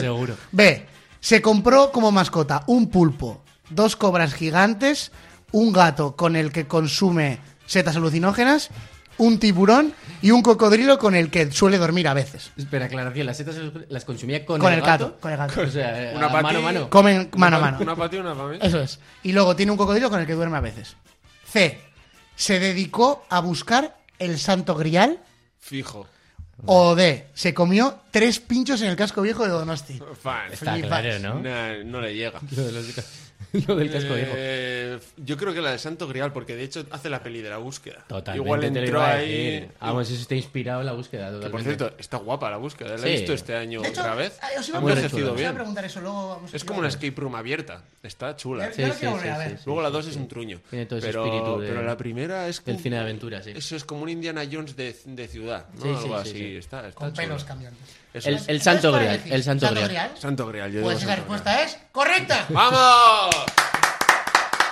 S5: seguro.
S3: B. Se compró como mascota un pulpo, dos cobras gigantes, un gato con el que consume setas alucinógenas, un tiburón y un cocodrilo con el que suele dormir a veces.
S5: Espera, aclaración. Las setas las consumía con,
S3: Con
S5: el,
S3: el gato. Con el gato.
S5: O sea,
S4: Una
S5: una
S4: pa'
S5: mano a
S4: ti.
S5: mano. Eh.
S3: Comen mano a
S4: Una-
S3: mano.
S4: Una para ti, una para mí.
S3: Eso es. Y luego tiene un cocodrilo con el que duerme a veces. C. Se dedicó a buscar el santo grial.
S4: Fijo.
S3: O D. Se comió tres pinchos en el casco viejo de Donosti.
S4: Fan.
S5: Está
S3: Flipas.
S5: claro, ¿no?
S4: Nah, Eh, no le llega.
S5: Lo, de los- lo del casco viejo.
S4: Eh, yo creo que la de Santo Grial, porque de hecho hace la peli de la búsqueda.
S5: Totalmente
S4: Igual
S5: te lo
S4: entró
S5: iba a
S4: ahí.
S5: decir. Vamos, eso está inspirado en la búsqueda.
S4: Que,
S5: Totalmente.
S4: por cierto, está guapa la búsqueda. La
S5: Sí.
S4: he visto este año
S3: De hecho,
S4: otra vez.
S3: ay, os iba
S4: Ha
S3: a
S4: envejecido
S3: Os iba a
S4: bien.
S3: preguntar eso, luego vamos a-
S4: Es como una escape room abierta. Está chula.
S3: Ya-
S5: Sí,
S3: ya lo
S5: sí,
S3: quiero
S5: sí,
S3: volver a
S5: sí,
S3: ver.
S5: sí,
S4: Luego
S5: sí,
S4: la dos
S5: sí.
S4: es un truño.
S5: Tiene todo ese
S4: pero,
S5: espíritu de-
S4: pero la primera es
S5: del
S4: como-
S5: cine de aventura, sí.
S4: Eso es como un Indiana Jones de, de ciudad. ¿no?
S5: Sí, sí,
S4: Algo
S5: sí,
S4: así.
S5: sí.
S4: Está, está
S3: Con
S4: chula.
S3: pelos cambiantes.
S4: Eso
S5: El,
S4: es.
S5: el santo
S3: Entonces, ¿cuál
S5: grial.
S3: elegís?
S5: El santo grial.
S4: Santo Grial. Yo digo
S3: Pues esa
S4: Santo Grial.
S3: respuesta ¿eh? es correcta.
S4: ¡Vamos!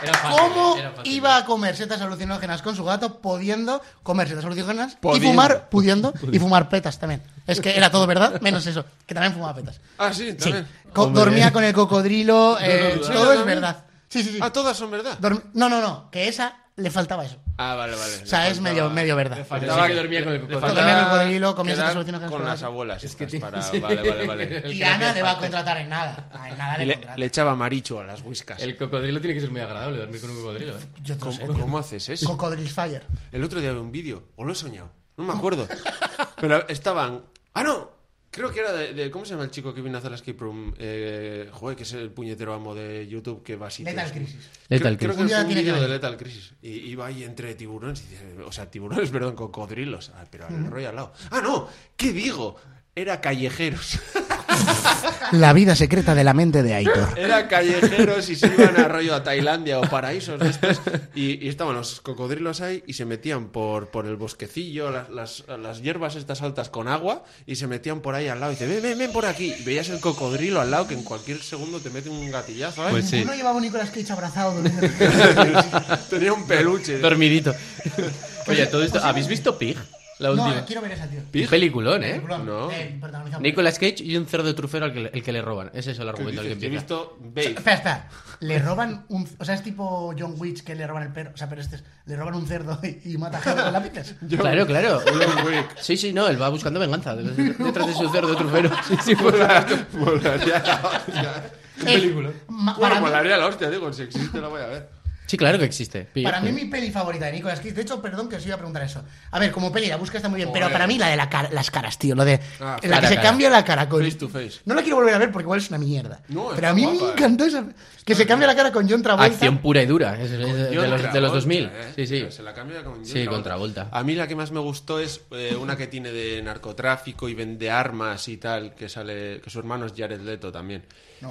S5: Era fácil,
S3: ¿Cómo
S5: era fácil.
S3: iba a comer setas alucinógenas con su gato pudiendo comer setas alucinógenas y
S4: Pudiendo.
S3: fumar pudiendo y fumar petas también? Es que era todo verdad, menos eso, que también fumaba petas.
S4: Ah, sí,
S3: Sí.
S4: también.
S3: Co-
S5: Hombre.
S3: Dormía con el cocodrilo, eh,
S4: no, no,
S3: todo
S4: no,
S3: es
S4: no.
S3: verdad. Sí, sí, sí.
S4: Ah, todas son verdad.
S3: Dorm- no, no, no, que esa le faltaba eso.
S4: Ah, vale, vale.
S3: O sea, es medio, medio verdad.
S5: faltaba que dormía con el cocodrilo.
S3: Dormía con el cocodrilo, comía
S4: quedar
S3: estas soluciones que
S4: con
S3: nos
S4: las
S3: daban.
S4: abuelas.
S5: Es que
S4: estas
S5: tiene-
S4: para-
S5: sí.
S4: Vale, vale, vale.
S3: Y
S5: creo
S3: Ana
S5: que
S3: le va a contratar en nada. Ah, En nada
S4: Y
S3: le,
S4: Le,
S3: contrata.
S4: le echaba maricho a las whiskas.
S5: El cocodrilo tiene que ser muy agradable dormir con un cocodrilo, ¿eh?
S3: Yo no sé.
S4: ¿Cómo, cómo haces eso?
S3: Cocodril Fire.
S4: El otro día vi un vídeo, o lo he soñado, no me acuerdo. Pero estaban. ¡Ah, no! Creo que era de, de- ¿Cómo se llama el chico que vino a hacer la escape room? Eh, joder, que es el puñetero amo de YouTube que va así.
S3: Lethal Crisis.
S4: creo,
S5: Lethal Crisis.
S4: Creo
S3: Un
S4: que
S3: día
S4: fue un
S3: tiene que
S4: vídeo de
S3: venir.
S4: Lethal Crisis. Y iba ahí entre tiburones, y dice- o sea, tiburones, perdón, cocodrilos. Ah, pero al rollo al lado. ¡Ah, no! ¿Qué digo? Era callejeros.
S3: La vida secreta de la mente de Aitor.
S4: Era callejeros y se iban a rollo a Tailandia o paraísos de estos. Y, y estaban los cocodrilos ahí y se metían por, por el bosquecillo, las, las, las hierbas estas altas con agua y se metían por ahí al lado. Y dice, ven, ven, ven por aquí. Y veías el cocodrilo al lado que en cualquier segundo te mete un gatillazo. ¿eh?
S5: Pues sí.
S3: Uno llevaba un Nicolas Cage abrazado durmiendo.
S4: Tenía un peluche.
S5: Dormidito. Oye, todo esto. ¿Habéis visto Pig? La última.
S3: no, quiero ver esa, tío.
S5: Un Peliculón, ¿eh?
S4: No.
S3: Eh, protagonizado por-
S5: Nicolas Cage y un cerdo trufero al que le, el que le roban. Es eso el
S4: ¿Qué
S5: argumento al que
S4: dices? He
S5: empieza.
S4: visto Babe.
S3: Espera, espera. Le roban un. O sea, es tipo John Witch que le roban el perro. O sea, pero este es. Le roban un cerdo y, y mata gente con lápices.
S5: Claro, claro.
S4: John Wick.
S5: Sí, sí, no, él va buscando venganza de- de- detrás de su cerdo trufero. Sí, sí, por
S4: Molaría la hostia.
S3: Película.
S4: Bueno, molaría la hostia, digo, si existe la voy a ver.
S5: Sí, claro que existe. Pig.
S3: Para mí, mi peli favorita de Nicolas Cage. De hecho, perdón que os iba a preguntar eso. A ver, como peli, la busca está muy bien. Pero
S4: Joder.
S3: para mí, la de la cara- las caras, tío. Lo de.
S4: Ah,
S3: en la
S5: cara
S3: que
S5: a
S3: se
S5: cara.
S3: cambia la cara con.
S4: Face to face.
S3: No la quiero volver a ver porque igual es una mierda.
S4: No,
S3: pero
S4: está
S3: a mí
S4: guapa,
S3: me
S4: eh.
S3: encantó esa. Que se cambia la cara con John Travolta.
S5: Acción pura y dura. Es, es de,
S4: John
S5: los, de los
S4: Travolta,
S5: 2000.
S4: ¿eh?
S5: Sí, sí.
S4: Se la cambia con John
S5: Sí, con Travolta.
S4: A mí la que más me gustó es eh, una que tiene de narcotráfico y vende armas y tal, que sale que su hermano es Jared Leto también.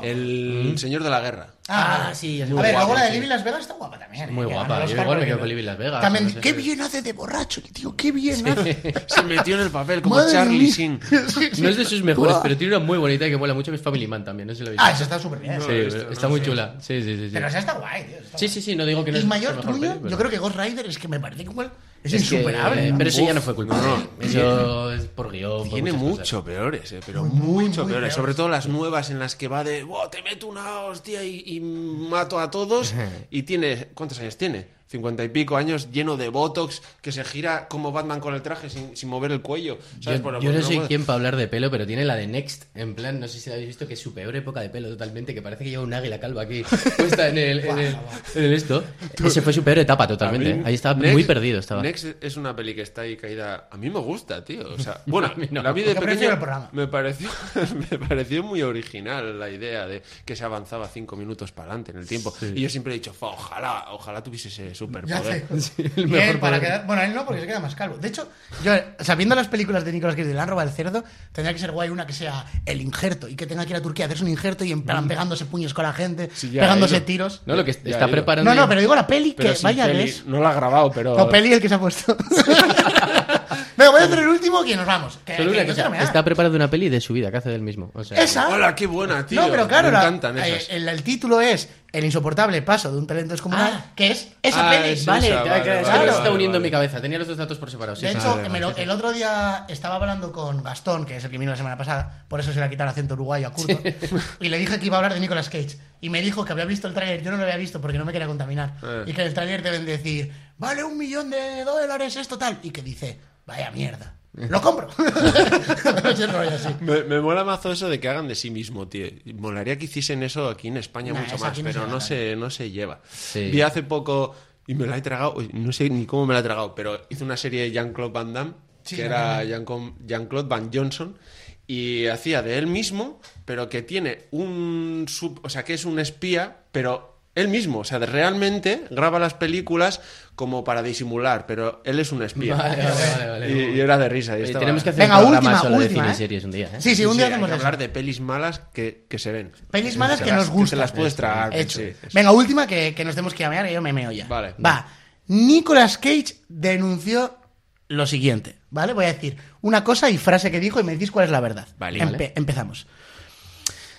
S4: El
S5: Mm.
S4: señor de la guerra.
S3: Ah,
S5: Ah, sí, es
S3: A
S5: muy
S3: ver,
S5: guapa,
S3: luego la de
S5: sí.
S3: Living Las Vegas está guapa también. eh,
S5: Muy
S3: que
S5: guapa.
S3: ganó el
S5: Yo
S3: Oscar
S5: igual me
S3: por
S5: quedo
S3: ello.
S5: con Living Las Vegas.
S3: También,
S5: no sé.
S3: qué bien hace de borracho, tío, qué bien hace.
S4: Se metió en el papel como
S3: Madre
S4: Charlie
S3: mía.
S4: Sheen.
S3: Sí, sí.
S5: No es de sus mejores, pero tiene una muy bonita que mola mucho, que es Family Man también. No sé si la habéis
S3: Ah,
S5: visto.
S3: eso está súper bien.
S4: No.
S5: Sí,
S4: he visto,
S5: está
S4: no
S5: muy
S4: sé.
S5: chula. Sí, sí, sí. sí.
S3: Pero esa está guay, tío. está
S5: Sí,
S3: guay.
S5: sí, sí, no digo que no
S3: El
S5: es
S3: mayor
S5: su mejor
S3: truño,
S5: peli, pero-
S3: yo creo que Ghost Rider es que me parece que igual es,
S5: Es que,
S3: insuperable.
S5: eh,
S3: ¿no?
S5: pero eso
S4: Uf,
S5: ya no fue culpa
S4: no,
S5: de él. Eso es por guión. por
S4: Tiene
S5: muchas cosas.
S4: mucho peores, eh, pero
S3: Muy,
S4: mucho
S3: muy
S4: peores.
S3: peores.
S4: Sobre todo las nuevas en las que va de "Buah, te meto una hostia y, y mato a todos. Y tiene, ¿cuántos años tiene? Cincuenta y pico años, lleno de botox, que se gira como Batman con el traje sin, sin mover el cuello. ¿sabes?
S5: Yo,
S4: Por-
S5: yo
S4: por-
S5: no soy
S4: puedo-
S5: quien para hablar de pelo, pero tiene la de Next, en plan, no sé si la habéis visto, que es su peor época de pelo totalmente, que parece que lleva un águila calva aquí puesta en el, en el- en el esto. Ese fue su peor etapa totalmente.
S4: A mí,
S5: Ahí estaba
S4: Next-
S5: muy perdido. Estaba.
S4: Next es una peli que está ahí caída. A mí me gusta, tío. O sea, bueno,
S5: no.
S4: la vi de
S3: Yo prefiero el
S4: pequeño.
S3: programa.
S4: Me pareció, me pareció muy original la idea de que se avanzaba cinco minutos para adelante en el tiempo. Y yo siempre he dicho, "Fa, ojalá, ojalá tuviese ese
S3: Ya
S4: superpoder.
S3: sé.
S5: el
S3: Y
S5: mejor
S3: él para
S5: poder.
S3: quedar- bueno, él no, porque se queda más calvo. De hecho, yo, sabiendo las películas de Nicolas Cage de la roba del cerdo, tendría que ser guay una que sea el injerto y que tenga que ir a Turquía a hacerse un injerto y en plan pegándose puños con la gente,
S4: Mm. Sí, ya,
S3: pegándose
S4: eso.
S3: tiros.
S5: No, lo que
S4: Ya,
S5: está
S4: yo-
S5: preparando.
S3: No, no, pero digo la peli
S4: Pero
S3: que
S4: sin
S3: vaya
S4: peli.
S3: que es.
S4: No lo ha grabado, pero.
S3: No, peli el que se ha puesto. Venga, voy a hacer el último y nos vamos. Que- eh, que
S5: Solo una
S3: yo
S5: cosa,
S3: quiero mear.
S5: está preparando una peli de su vida que hace del mismo. O sea,
S3: Esa.
S4: ¡Hola, qué buena, tío!
S3: no, pero claro,
S4: me
S3: la-
S4: encantan
S3: eh,
S4: esas.
S3: el, el título es El insoportable paso de un talento descomunal,
S5: Ah.
S3: que es esa
S4: Ah,
S3: peli.
S4: es
S5: Vale,
S4: esa,
S5: claro,
S4: vale,
S5: claro, es que
S3: vale,
S5: no se está
S4: vale,
S5: uniendo en
S4: vale.
S5: mi cabeza. Tenía los dos datos por separado. sí,
S3: De
S5: sí,
S3: hecho,
S5: sí.
S3: me lo- el otro día estaba hablando con Gastón, que es el que vino la semana pasada, por eso se le ha quitado el acento uruguayo a Curto, y le dije que iba a hablar de Nicolas Cage. Y me dijo que había visto el tráiler, yo no lo había visto porque no me quería contaminar.
S4: Eh.
S3: Y que en el tráiler deben decir, vale un millón de dólares esto tal. Y que dice, vaya mierda, lo compro. Ese rollo así.
S4: Me, me mola mazo eso de que hagan de sí mismo, tío. Molaría que hiciesen eso aquí en España
S3: Nah,
S4: mucho
S3: eso
S4: más,
S3: aquí no
S4: pero
S3: se
S4: no
S3: hace.
S4: se, no se lleva.
S5: Sí.
S4: Vi hace poco, y me la he tragado, uy, no sé ni cómo me la he tragado, pero hizo una serie de Jean-Claude Van Damme, que era Jean-Com- Jean-Claude Van Johnson, y hacía de él mismo, pero que tiene un... sub- o sea, que es un espía, pero... Él mismo, o sea, de- realmente graba las películas como para disimular, pero él es un espía.
S5: Vale, vale, vale, vale.
S4: Y, y era de risa. y
S5: Eh,
S4: estaba-
S5: Tenemos que hacer
S3: Venga,
S5: un programa
S3: última,
S5: solo
S3: última,
S5: de
S3: ¿eh?
S5: cine y series un día. ¿eh?
S3: Sí, sí, un día
S4: hay
S3: hacemos
S4: que
S3: eso.
S4: hablar de pelis malas que, que se ven.
S3: Pelis malas
S4: se
S3: que
S4: las-
S3: nos gustan.
S4: te las puedes
S5: Eso,
S4: tragar.
S3: Hecho.
S4: sí, eso.
S3: Venga, última que, que nos tenemos que llamear, que yo me meo ya.
S4: Vale.
S3: Va. Nicolas Cage denunció lo siguiente, ¿vale? Voy a decir una cosa y frase que dijo y me decís cuál es la verdad.
S4: Vale,
S3: Empe-
S5: vale.
S3: Empezamos.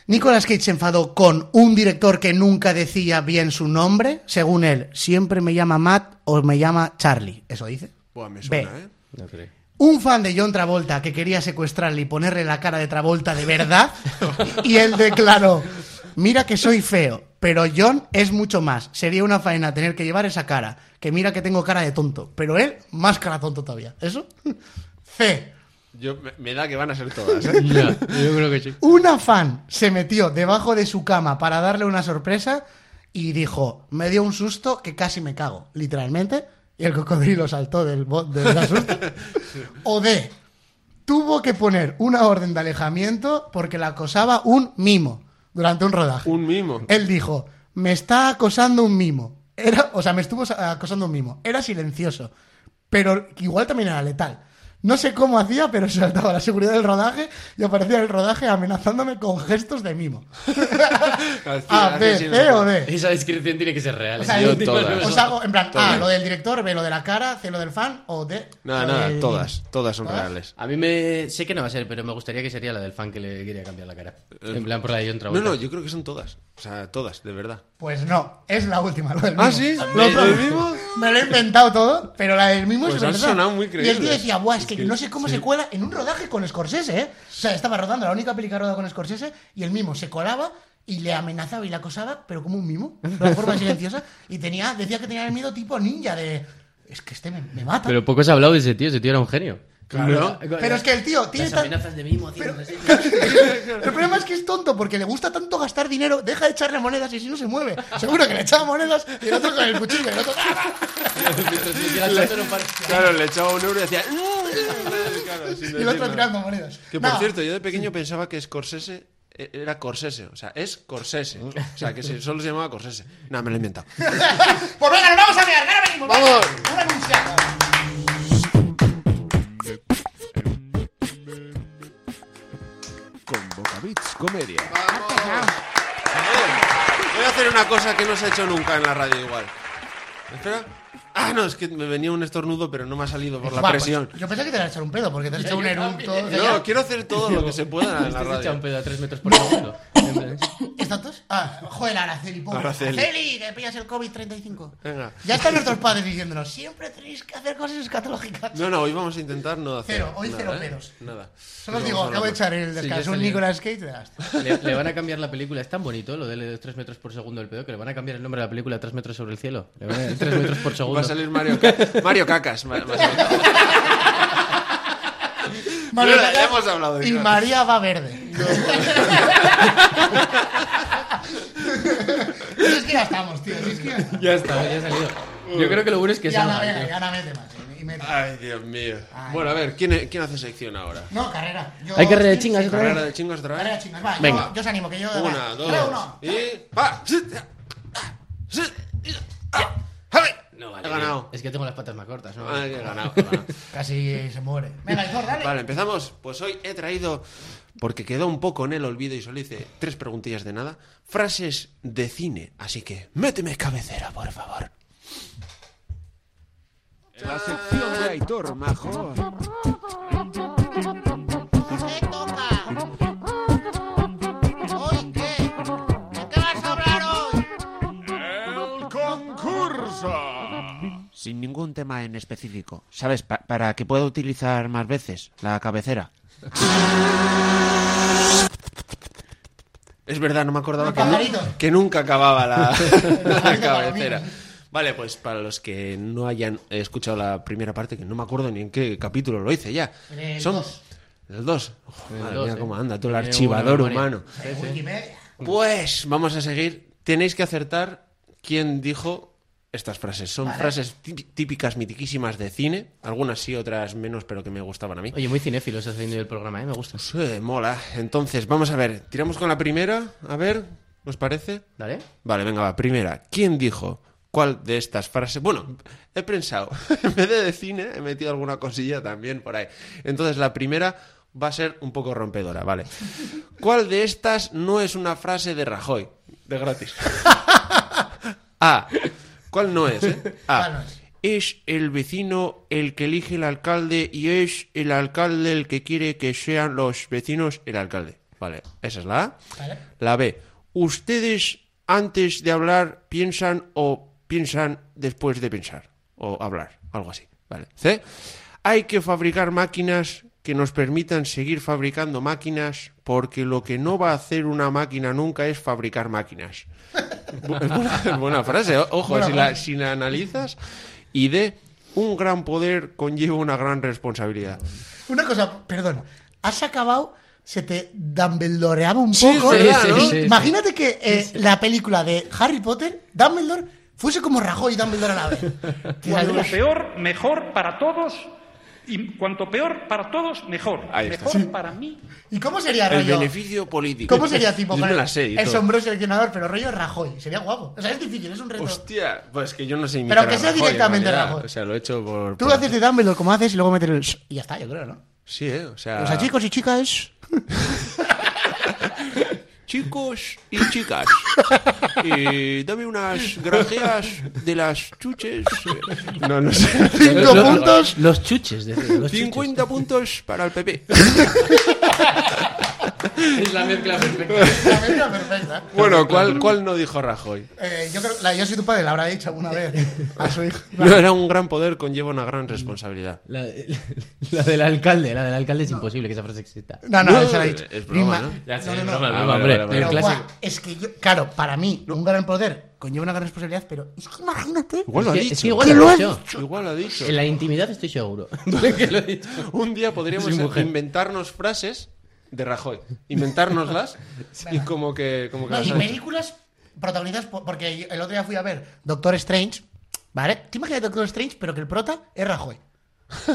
S3: Nicolas Cage se enfadó con un director que nunca decía bien su nombre. Según él, siempre me llama Matt o me llama Charlie. Eso dice.
S4: Buah, me
S3: Ve.
S4: suena, ¿eh?
S5: No creo.
S3: Un fan de John Travolta que quería secuestrarle y ponerle la cara de Travolta de verdad. Y él declaró: Mira que soy feo, pero John es mucho más. Sería una faena tener que llevar esa cara. Que mira que tengo cara de tonto, pero él más cara tonto todavía. ¿Eso? C.
S4: Yo, me, me da que van a ser todas. ¿eh?
S5: Ya, yo creo que sí.
S3: Una fan se metió debajo de su cama para darle una sorpresa y dijo, me dio un susto que casi me cago, literalmente, y el cocodrilo saltó del, bo- del susto. O D, tuvo que poner una orden de alejamiento porque la acosaba un mimo durante un rodaje.
S4: Un mimo.
S3: Él dijo, me está acosando un mimo. Era, o sea, me estuvo sa- acosando un mimo. Era silencioso, pero igual también era letal. No sé cómo hacía, pero se saltaba la seguridad del rodaje y aparecía en el rodaje amenazándome con gestos de mimo. A, B, C o D.
S5: Esa descripción tiene que ser real. ¿eh?
S3: O sea,
S5: yo
S3: yo
S4: ¿eh?
S5: todas.
S3: os hago, en plan,
S4: Todas.
S3: A, lo del director, B, lo de la cara, C, lo del fan, o D. Eh,
S4: Nada,
S3: lo
S4: nada,
S3: del-
S4: todas. Todas son
S3: ¿Todas?
S4: reales.
S5: A mí me. Sé que no va a ser, pero me gustaría que sería la del fan que le quería cambiar la cara. En plan, por la de John
S4: Eh, No,
S5: Travolta.
S4: no, yo creo que son todas. O sea, todas, de verdad.
S3: Pues no, es la última, lo del
S4: ¿Ah,
S3: mimo.
S4: sí?
S3: Lo
S4: ¿La del
S3: otro-
S4: mimo?
S3: Me lo he inventado todo, pero la del mimo es
S4: Pues han
S3: verdad.
S4: sonado muy
S3: y el tío
S4: creíbles.
S3: decía, buah, es que no sé cómo se cuela en un rodaje con Scorsese, ¿eh? O sea, estaba rodando la única película rodada con Scorsese y el mimo se colaba y le amenazaba y le acosaba, pero como un mimo, de una forma silenciosa. Y tenía, decía que tenía el miedo tipo ninja de, es que este me, me mata.
S5: Pero poco se ha hablado de ese tío, ese tío era un genio.
S4: Claro.
S3: Pero es que el tío tiene
S5: Las
S3: tan-
S5: amenazas de mimo, tío. no sé.
S3: El problema es que es tonto porque le gusta tanto gastar dinero, deja de echarle monedas y si no se mueve. Seguro que le echaba monedas y el otro con el cuchillo. y El otro...
S5: Mientras le tiras tanto, no para.
S4: Claro, le echaba un euro y decía. "Mm". Claro, sin
S3: Y
S4: decir
S3: el otro
S4: nada.
S3: tirando monedas.
S4: Que por
S3: Nada.
S4: cierto, yo de pequeño pensaba que Scorsese e- era Corsese. O sea, es Corsese. O sea, que se- solo se llamaba Corsese. Nada, me lo he inventado.
S3: Pues venga, nos vamos a mirar, ahora venimos. venga.
S4: Vamos.
S3: Un anunciado.
S1: Con Bocavits Comedia.
S4: Voy a hacer una cosa que no se ha hecho nunca en la radio igual. Espera. Ah, no, es que me venía un estornudo, pero no me ha salido por la
S3: Va,
S4: presión.
S3: pues, yo pensé que te habías echado un pedo porque te has
S5: Ya,
S3: echado un
S5: yo
S3: eructo.
S5: también.
S3: o sea,
S4: No, quiero hacer todo lo que se pueda en la
S5: Este se echa un
S4: radio.
S5: pedo a 3 metros por segundo. En plan,
S3: ¿Es tantos? Ah, joder, Araceli, pobre.
S4: Araceli.
S3: que pillas el COVID-35.
S4: Venga.
S3: Ya están nuestros padres diciéndonos, siempre tenéis que hacer cosas escatológicas.
S4: No, no, hoy vamos a intentar no hacer.
S3: Cero, hoy
S4: nada,
S3: cero
S4: ¿eh?
S3: pedos.
S4: Nada.
S3: Solo os
S4: Nos
S3: digo,
S4: vamos
S3: acabo de
S4: hablando.
S3: echar el
S5: Sí, ya
S3: descanso
S5: está
S3: un
S5: bien.
S3: Nicolas Cage de las...
S5: Le, le van a cambiar la película, es tan bonito lo de los 3 metros por segundo el pedo que le van a cambiar el nombre de la película a 3 metros sobre el cielo. Le van a 3 metros por
S4: Va
S5: segundo.
S4: a salir Mario, Ca- Mario Cacas. Ma- va a salir.
S3: Mario
S4: Ya
S3: Casas
S4: hemos hablado de
S3: Y
S4: Casas.
S3: María va verde. es que ya estamos, tío. Es que ya estamos.
S5: Ya está, ya ha salido. Yo creo que lo bueno es que
S3: Y Ana,
S5: salga,
S3: venga,
S5: tío.
S3: y Ana, mete más. eh, y- y mete.
S4: Ay, Dios mío.
S3: Ay.
S4: Bueno, a ver, ¿quién, e- quién hace sección ahora?
S3: No, carrera. Yo-
S5: Hay carrera de chingas otra
S4: ¿Carrera
S5: vez.
S4: de chingos otra
S3: Carrera de
S4: vez?
S3: chingas. Va,
S5: Venga.
S3: Yo, yo os animo que yo.
S4: Una,
S3: va, tres,
S4: dos
S3: uno.
S4: y... ¡Pa! Ah,
S5: No,
S4: He ganado.
S5: Es que tengo las patas más cortas, ¿no?
S4: Ay, he ganado, he ganado.
S3: Casi se muere. Venga, Hitor, dale.
S4: Vale, empezamos. Pues hoy he traído, porque quedó un poco en el olvido y solo hice tres preguntillas de nada, frases de cine. Así que, méteme cabecera, por favor.
S1: La sección de Aitor Major.
S2: ¿Qué toca? ¿Hoy qué? ¿De qué vas a hablar hoy?
S1: El concurso.
S6: Sin ningún tema en específico. ¿Sabes? Pa- para que pueda utilizar más veces la cabecera.
S4: Es verdad, no me acordaba
S3: Los
S4: que, nu-
S3: pajaritos.
S4: que nunca acababa la, la
S3: pajaritos
S4: cabecera.
S3: palomines.
S4: Vale, pues para los que no hayan escuchado la primera parte, que no me acuerdo ni en qué capítulo lo hice ya.
S3: En el
S4: Son
S3: dos.
S4: el 2.
S5: el
S4: Madre
S5: dos,
S4: mía,
S5: eh.
S4: cómo anda todo el
S5: Tiene
S4: archivador
S5: buena memoria.
S4: humano.
S3: Eh, Wikimedia.
S4: Pues vamos a seguir. Tenéis que acertar quién dijo estas frases. Son frases tí- típicas, mitiquísimas de cine. Algunas sí, otras menos, pero que me gustaban a mí.
S5: Oye, muy cinéfilo estás haciendo el programa, ¿eh? Me gusta.
S4: Sí, mola. Entonces, vamos a ver. Tiramos con la primera. A ver, ¿os parece?
S5: ¿Dale?
S4: Vale, venga, va. Primera, ¿quién dijo cuál de estas frases? Bueno, he pensado, en vez de de cine, he metido alguna cosilla también por ahí. Entonces, la primera va a ser un poco rompedora, ¿vale? ¿Cuál de estas no es una frase de Rajoy? De gratis. A. ¿Cuál no es? eh?
S3: ¿Cuál no
S4: A.
S3: es?
S4: Es el vecino el que elige el alcalde y es el alcalde el que quiere que sean los vecinos el alcalde. Vale, esa es la A.
S3: Vale.
S4: La B. Ustedes antes de hablar piensan o piensan después de pensar o hablar, algo así. Vale. C. Hay que fabricar máquinas que nos permitan seguir fabricando máquinas, porque lo que no va a hacer una máquina nunca es fabricar máquinas. Bu- es buena, es buena frase, o- ojo, si, la, si la analizas. Y de un gran poder conlleva una gran responsabilidad.
S3: Una cosa, perdón. Has acabado, se te dumbledoreaba un
S4: Sí,
S3: poco.
S4: es verdad,
S3: Y
S4: ¿no?
S5: sí, sí.
S3: Imagínate que eh, la película de Harry Potter, Dumbledore, fuese como Rajoy y Dumbledore a la vez. Tío,
S7: Cuanto
S3: Adrián,
S7: peor, mejor para todos. Y cuanto peor para todos, mejor.
S8: Ahí está.
S7: mejor para mí.
S3: ¿Y cómo sería
S8: El
S3: rollo?
S8: beneficio político.
S3: ¿Cómo sería tipo
S8: Yo
S3: con
S8: me
S3: el,
S8: la sé y
S3: el
S8: todo.
S3: sombrero seleccionador, pero rollo Rajoy? Sería guapo. O sea, es difícil, es un reto.
S8: Hostia, pues que yo no sé imitar
S3: Pero que
S8: a
S3: sea
S8: Rajoy, en
S3: directamente
S8: realidad.
S3: Rajoy.
S8: O sea, lo he hecho por...
S3: Tú
S8: por-
S3: haces de Dumbledore como haces y luego meter el... sh- Y ya está, yo creo, ¿no?
S8: Sí, eh, o
S4: Ah.
S8: sea...
S3: O sea, chicos y chicas...
S4: Chicos y chicas, eh, dame unas grajeas de las chuches. eh,
S8: No, no sé.
S3: Cinco
S5: Los-
S3: puntos.
S5: Los chuches, decía, los chuches.
S4: 50 puntos para el PP.
S5: Es la mezcla perfecta.
S3: La mezcla perfecta.
S8: Bueno, ¿cuál, ¿cuál no dijo Rajoy?
S3: Eh, yo creo la yo soy tu padre la habrá dicho alguna vez a su hijo.
S4: No era un gran poder conlleva una gran responsabilidad.
S5: La, la del alcalde, la del alcalde es imposible que esa frase exista.
S3: No, no,
S8: No,
S3: eso lo ha dicho.
S8: es broma,
S3: Ni ma-
S8: ¿no?
S5: Ya sé,
S3: no,
S5: es
S3: no.
S5: broma, es
S8: Ah,
S5: broma,
S8: vale,
S5: hombre.
S8: vale, vale.
S5: El
S3: Pero,
S5: clásico.
S3: guau, es que yo, claro, para mí, un gran poder conlleva una gran responsabilidad, pero es que imagínate.
S4: Igual lo ha
S5: Es que-
S4: dicho.
S5: es que igual lo ha dicho.
S4: Igual lo ha dicho.
S5: En la intimidad estoy seguro. que lo he dicho.
S4: Un día podríamos
S5: Sin mujer.
S4: inventarnos frases de Rajoy. Inventárnoslas y como que... Como que
S3: No,
S4: las
S3: y
S4: han-
S3: películas protagonizadas por- porque el otro día fui a ver Doctor Strange, ¿vale? ¿Te imaginas Doctor Strange, pero que el prota es Rajoy?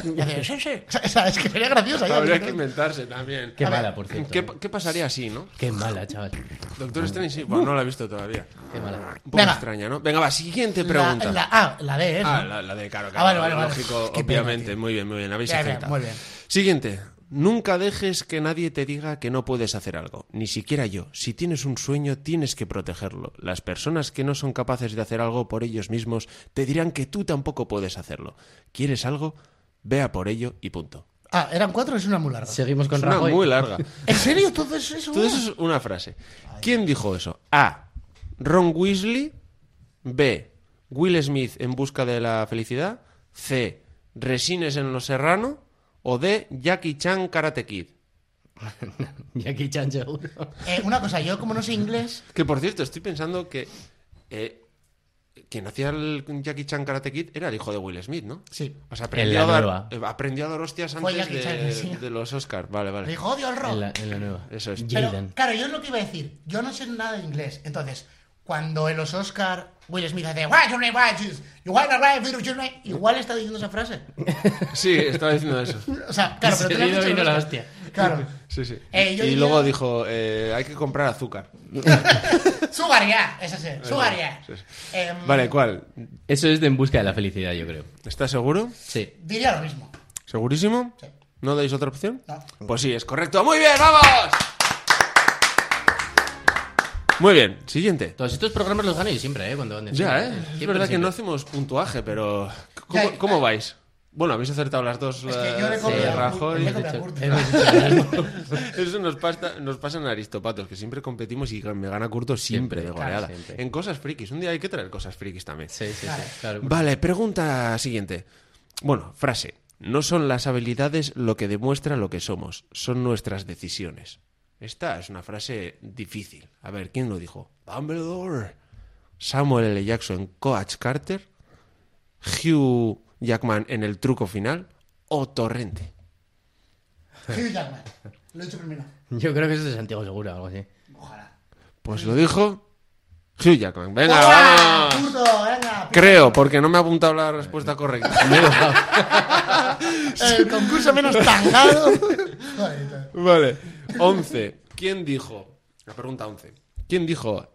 S3: Y hace, sí, sí. O sea, es que sería gracioso. ya,
S8: Habría
S3: ¿no?
S8: que inventarse también.
S5: Qué mala, por cierto. eh. Mm.
S4: ¿Qué, qué pasaría así, no?
S5: Qué mala, chaval.
S4: Doctor Strange, sí. Bueno, no la he visto todavía.
S5: Qué mala.
S4: Un poco
S3: Venga.
S4: extraña, ¿no? Venga, va, siguiente
S3: La,
S4: pregunta.
S3: la- ah, la de él.
S8: Ah, la, la de Caro.
S3: Ah, vale, vale, vale.
S8: Lógico,
S3: Qué pena,
S8: obviamente.
S3: tío.
S8: muy bien, muy bien. Habéis
S3: Ya, ya,
S8: acertado.
S3: muy bien.
S4: Siguiente. Nunca dejes que nadie te diga que no puedes hacer algo, ni siquiera yo. Si tienes un sueño, tienes que protegerlo. Las personas que no son capaces de hacer algo por ellos mismos te dirán que tú tampoco puedes hacerlo. ¿Quieres algo? Vea por ello y punto.
S3: Ah, eran cuatro, es una muy larga.
S5: Seguimos con
S8: Es una
S5: Rajoy.
S8: muy larga.
S3: ¿En serio? ¿Todo eso es una?
S4: Todo eso es una frase. ¿Quién dijo eso? A. Ron Weasley. B. Will Smith en busca de la felicidad. C. Resines en Los Serrano. O D. Jackie Chan Karate Kid.
S5: Jackie Chan seguro.
S3: Eh, una cosa, yo como no sé inglés,
S4: Que por cierto, estoy pensando que eh, quien hacía el Jackie Chan Karate Kid era el hijo de Will Smith, ¿no?
S3: sí.
S4: O sea, aprendió,
S5: En la
S4: a
S5: nueva.
S4: dar, eh, aprendió a dar hostias
S3: Fue
S4: antes
S3: Jackie Chan,
S4: de,
S3: sí.
S4: de los Oscars. Vale,
S3: Me
S4: vale.
S3: dijo, odio el rock.
S5: En la, en la nueva.
S4: Eso es.
S3: Pero,
S5: Jaden.
S3: claro, yo es lo que iba a decir. Yo no sé nada de inglés. Entonces, cuando en los Oscar Will Smith hace What's your name, what's yours? You wanna ride with your name?" Igual está diciendo esa frase.
S4: Sí, estaba diciendo eso.
S3: O sea, claro, pero te lo han
S5: Seguido
S3: dicho en
S5: vino
S3: los
S5: la
S3: Oscar.
S5: hostia.
S3: Claro.
S4: Sí, sí.
S3: Eh, yo
S4: y
S3: diría- Mm.
S4: luego dijo, eh, hay que comprar azúcar.
S3: Sugar ya, esa sí. Sugar ya.
S4: sí, sí.
S3: Em,
S4: Vale, ¿cuál?
S5: Eso es de En Busca de la Felicidad, yo creo.
S4: ¿Estás seguro?
S5: Sí.
S3: Diría lo mismo.
S4: ¿Segurísimo?
S3: Sí.
S4: ¿No dais otra opción?
S3: No.
S4: Pues sí, es correcto. ¡Muy bien, vamos! Muy bien, siguiente.
S5: Todos estos programas los gano yo siempre, ¿eh? Cuando van de
S4: Ya, ¿eh?
S5: Siempre,
S4: Es verdad que
S5: siempre.
S4: no hacemos puntuaje, pero...
S3: Ya,
S4: ¿Cómo,
S3: ya.
S4: cómo vais? Bueno, habéis acertado las dos. eh,
S3: Es
S4: la
S3: que yo le
S4: de
S3: compré a-
S4: Rajoy.
S3: le compré a Curto.
S5: Hemos dicho lo mismo.
S4: Eso nos pasa, nos pasa en Aristopatos, que siempre competimos y me gana Curto siempre,
S5: Siempre,
S4: de
S5: claro,
S4: goleada.
S5: siempre.
S4: En cosas frikis. Un día hay que traer cosas frikis también.
S5: Sí, sí, sí. Claro.
S4: Vale, pregunta siguiente. Bueno, frase. No son las habilidades lo que demuestra lo que somos, son nuestras decisiones. Esta es una frase difícil. A ver, ¿quién lo dijo? Dumbledore. Samuel L. Jackson, Coach Carter. Hugh Jackman en el truco final. O Torrente.
S3: Hugh Jackman. Lo he dicho primero.
S5: Yo creo que eso es de Santiago Segura o algo así.
S3: Ojalá.
S4: Pues lo dijo Hugh Jackman. Venga,
S3: ¡Ojalá,
S4: vamos.
S3: Curto! ¡Venga!
S4: Creo, porque no me ha apuntado la respuesta correcta.
S3: El concurso menos tangado. Joder, tío.
S4: Vale. 11. ¿Quién dijo? La pregunta 11. ¿Quién dijo?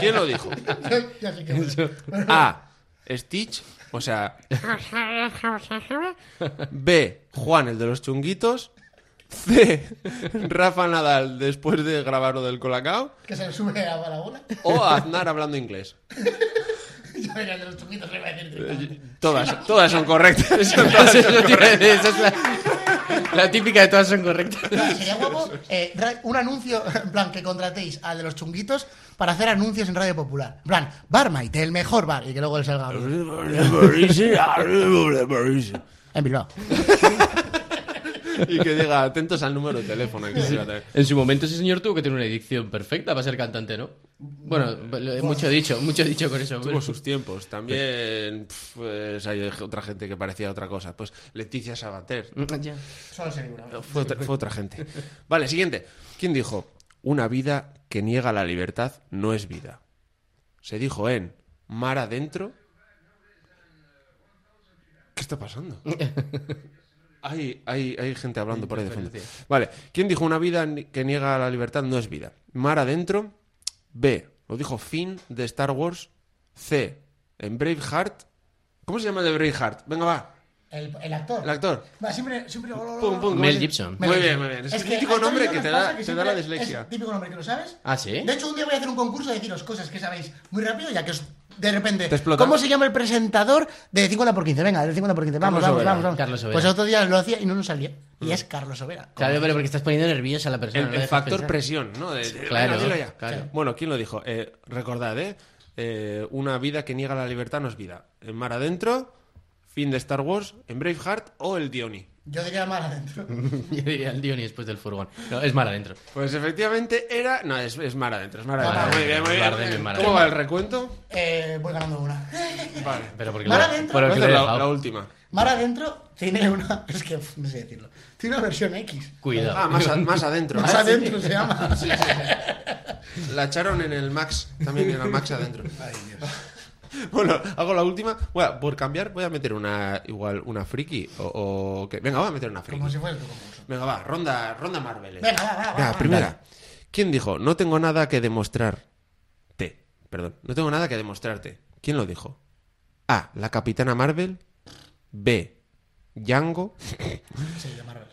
S4: ¿Quién lo dijo?
S3: Ya sé que-
S4: A. Stitch, o sea. B. Juan, el de los chunguitos. C. Rafa Nadal después de grabar lo del colacao.
S3: que se le sube a la bola.
S4: O Aznar hablando inglés.
S3: Ya verás de los chunguitos, le iba a decir.
S4: Todas, todas son correctas.
S5: Eso, eso tiene- esa es la- La típica de todas son correctas.
S3: Sería guapo eh, ra- un anuncio, en plan, que contratéis al de los chunguitos para hacer anuncios en Radio Popular. En plan, Bar Maite, el mejor bar. Y que luego le salga algo. En Bilbao.
S4: Y que diga, atentos al número de teléfono. que se va a tener.
S5: En su momento ese señor tuvo que tener una dicción perfecta para ser cantante, ¿no? Bueno,
S4: Mm.
S5: lo- mucho dicho, mucho dicho con eso.
S4: Tuvo sus tiempos. También pf, pues, hay otra gente que parecía otra cosa. Pues Leticia Sabater.
S5: Ya.
S3: Solo se libra.
S4: Fue otra, fue otra gente. Vale, siguiente. ¿Quién dijo? Una vida que niega la libertad no es vida. Se dijo en Mar Adentro. ¿Qué está pasando? Hay, hay, hay gente hablando por ahí de fondo. Vale, ¿quién dijo una vida ni- que niega la libertad no es vida? Mar Adentro. B. Lo dijo Finn de Star Wars. C. En Braveheart. ¿Cómo se llama el de Braveheart? Venga, va.
S3: El, el actor.
S4: El actor.
S3: Va, siempre, siempre.
S4: Pum, pum,
S5: Mel
S4: se-
S5: Gibson.
S4: Muy bien, muy bien. Es, un típico
S3: hay
S4: nombre que
S3: también
S4: te
S3: nos
S4: da,
S3: pasa que
S4: te da la
S3: siempre
S4: dislexia.
S3: Es típico nombre que lo sabes.
S5: Ah, ¿sí?
S3: De hecho, un día voy a hacer un concurso de deciros cosas que sabéis muy rápido, ya que os. De repente,
S4: Te explota.
S3: ¿cómo se llama el presentador de 50 por 15? Venga, de 50 por 15. Vamos,
S4: Carlos
S3: vamos,
S4: Overa. Mm.
S3: vamos, vamos.
S5: Carlos Overa.
S3: Pues otro día lo hacía y no nos salía. Y es Carlos Overa.
S5: Claro, pero porque estás poniendo nerviosa a la persona.
S4: El,
S5: no
S4: el
S5: dejas
S4: factor
S5: pensar.
S4: presión, ¿no? De- de-
S5: Claro,
S4: venga, dilo ya.
S5: claro.
S4: Bueno, ¿quién lo dijo? Eh, recordad, ¿eh? Eh, Una vida que niega la libertad no es vida. En Mar Adentro, fin de Star Wars, en Braveheart o el Diony.
S3: Yo diría mal adentro.
S4: Mm.
S5: Yo diría el Diony después del furgón. No, es mal adentro.
S4: Pues efectivamente era... No, es, es Mar Adentro, es Mar
S3: Mar
S4: Adentro. muy bien,
S5: Adentro,
S4: muy
S5: Mar
S4: bien.
S5: Adentro, Mar
S4: ¿Cómo
S5: Adentro.
S4: va el recuento?
S3: Eh, voy ganando una.
S4: Vale.
S5: Pero porque
S3: Mal
S5: lo-
S3: adentro.
S5: por
S4: ¿Cuál
S5: lo que lo
S4: es
S5: he
S4: la,
S5: dejado.
S4: la última.
S3: Mar adentro tiene una. Es que pf, no sé decirlo. Tiene una versión X.
S5: Cuidado.
S4: Ah, más, a- más adentro.
S3: Más adentro se llama.
S4: La echaron en el Max, también era Max adentro. Bueno, hago la última. Bueno, por cambiar, voy a meter una igual una friki o, o que venga, voy a meter una
S3: Como si
S4: friki.
S3: fuera tu concurso.
S4: Venga, va, ronda, ronda Marvel.
S3: Venga, va, va, va.
S4: Venga, primera. ¿Quién dijo? No tengo nada que demostrarte. Perdón, no tengo nada que demostrarte. ¿Quién lo dijo? A. La Capitana Marvel. B. Django.
S3: Sí, de Marvel.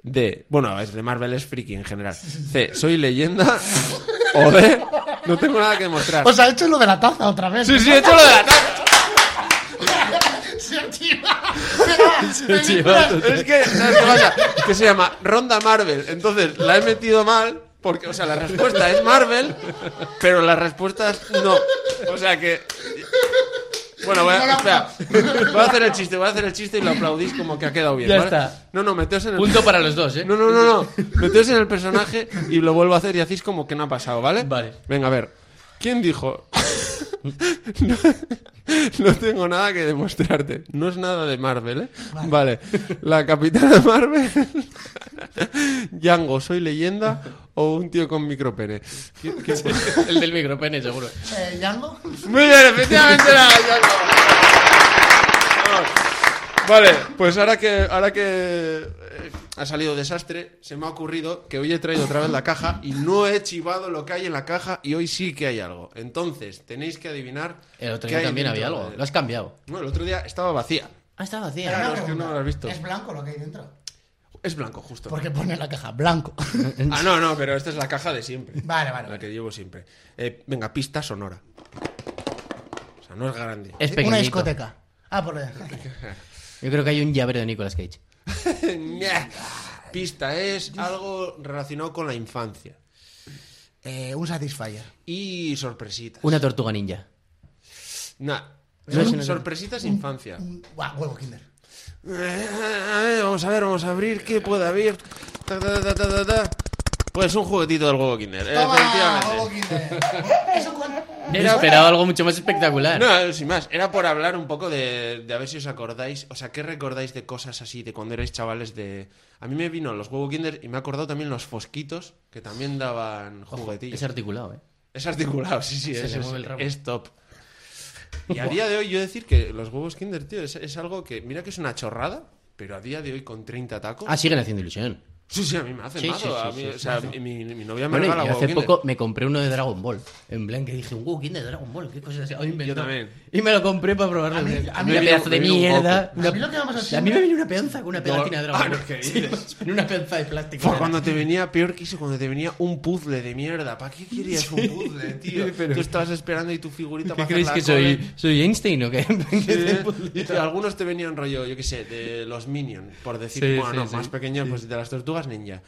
S4: D. Bueno, es de Marvel es friki en general. C. Soy leyenda. O D. No tengo nada que demostrar.
S3: O sea, ha hecho lo de la taza otra vez.
S4: Sí, sí, he hecho lo de la taza.
S3: Se archiva. Pero, películas-
S4: Es que, ¿sabes qué pasa? Que se llama Ronda Marvel. Entonces, la he metido mal. Porque, o sea, la respuesta es Marvel, pero las respuestas no. O sea que. Bueno, voy a, espera. Voy a hacer el chiste, voy a hacer el chiste y lo aplaudís como que ha quedado bien.
S5: Ya
S4: ¿vale?
S5: está.
S4: No, no, meteos en el.
S5: Punto para los dos, ¿eh?
S4: No, no, no, no. Meteos en el personaje y lo vuelvo a hacer y hacéis como que no ha pasado, ¿vale?
S5: Vale.
S4: Venga, a ver. ¿Quién dijo? no, no tengo nada que demostrarte. No es nada de Marvel, ¿eh? Vale. La capitana Marvel. Django, soy leyenda o un tío con micropene. ¿Quién- quién-
S5: El del micropene, seguro.
S3: Eh, Django.
S4: Muy bien, efectivamente era Django. Vamos. Vale, pues ahora que ahora que eh, ha salido desastre, se me ha ocurrido que hoy he traído otra vez la caja y no he chivado lo que hay en la caja y hoy sí que hay algo. Entonces, tenéis que adivinar
S5: El otro
S4: qué
S5: día
S4: hay
S5: también había
S4: dentro
S5: algo.
S4: de-
S5: Lo has cambiado.
S4: Bueno, el otro día estaba vacía.
S5: Ah, estaba
S3: Pero
S5: vacía.
S4: es
S3: una
S4: que
S3: pregunta,
S4: no lo has visto.
S3: Es blanco lo que hay dentro.
S4: Es blanco, justo.
S3: Porque pone en la caja blanco.
S4: Ah, no, no, pero esta es la caja de siempre.
S3: Vale, vale,
S4: La
S3: vale.
S4: que llevo siempre. Eh, venga, pista sonora. O sea, no es grande.
S5: Es pequeñito.
S3: Una discoteca. Ah, por
S5: Yo creo que hay un llavero de Nicolas Cage.
S4: Nah. Pista es algo relacionado con la infancia.
S3: eh, un Satisfyer.
S4: Y sorpresitas.
S5: Una tortuga ninja.
S4: Nah.
S5: No es una-
S4: sorpresitas infancia.
S3: Un guau, huevo Kinder.
S4: Eh, Vamos a ver, vamos a abrir qué puede haber. Ta, ta, ta, ta, ta, ta. Pues un juguetito del huevo Kinder,
S5: Eh,
S3: Toma, huevo
S4: efectivamente.
S3: Kinder. Eso cuenta.
S5: Esperaba algo mucho más espectacular.
S4: No, sin más, era por hablar un poco de, de a ver si os acordáis, o sea, ¿qué recordáis de cosas así de cuando erais chavales de... A mí me vino los huevo Kinder y me he acordado también los fosquitos, que también daban juguetillos.
S5: Es articulado, ¿eh?
S4: Es articulado, sí, sí,
S5: Se
S4: es,
S5: le
S4: es-
S5: mueve el rabo.
S4: es top. Y a día de hoy yo decir que los huevos Kinder, tío, es, es algo que, mira que es una chorrada, pero a día de hoy con 30 tacos,
S5: Ah, siguen haciendo ilusión.
S4: Sí, sí, a mí me hacen
S5: Ah, Sí,
S4: mazo.
S5: sí, sí,
S4: a mí-
S5: sí,
S4: o
S5: sí,
S4: sea,
S5: sí.
S4: mi, mi- mi novia me
S5: Bueno,
S4: regala
S5: y yo hace
S4: Walking Dead.
S5: poco me compré uno de Dragon Ball. En plan que dije, wow, ¿quién de Dragon Ball? ¿Qué cosas así? Ay, inventó.
S4: también.
S5: Y me lo compré para probarlo.
S3: A mí- a mí
S5: una
S3: me
S4: vino-
S5: pedazo de
S4: me vino un
S5: mierda.
S3: A mí lo que me ha pasado
S5: a mí
S3: siempre-
S5: me vino una peonza con una pegatina de Dragon
S4: Ah,
S5: Ball.
S4: no, ¿qué
S5: Sí,
S4: dices?
S5: en una peonza de plástico.
S4: Fue cuando te venía, peor que eso, cuando te venía un puzzle de mierda. ¿Para qué querías un puzzle, tío? Tú estabas esperando y tu figurita
S5: ¿Qué
S4: para
S5: creéis
S4: hacer
S5: que
S4: la
S5: soy,
S4: cola.
S5: soy Einstein o qué?
S4: Sí, y te- Eh, algunos te venían rollo, yo qué sé, de los Minions, por decir,
S5: Sí,
S4: bueno,
S5: sí,
S4: no,
S5: sí. Mm.
S4: más pequeños, pues de las tortugas ninja.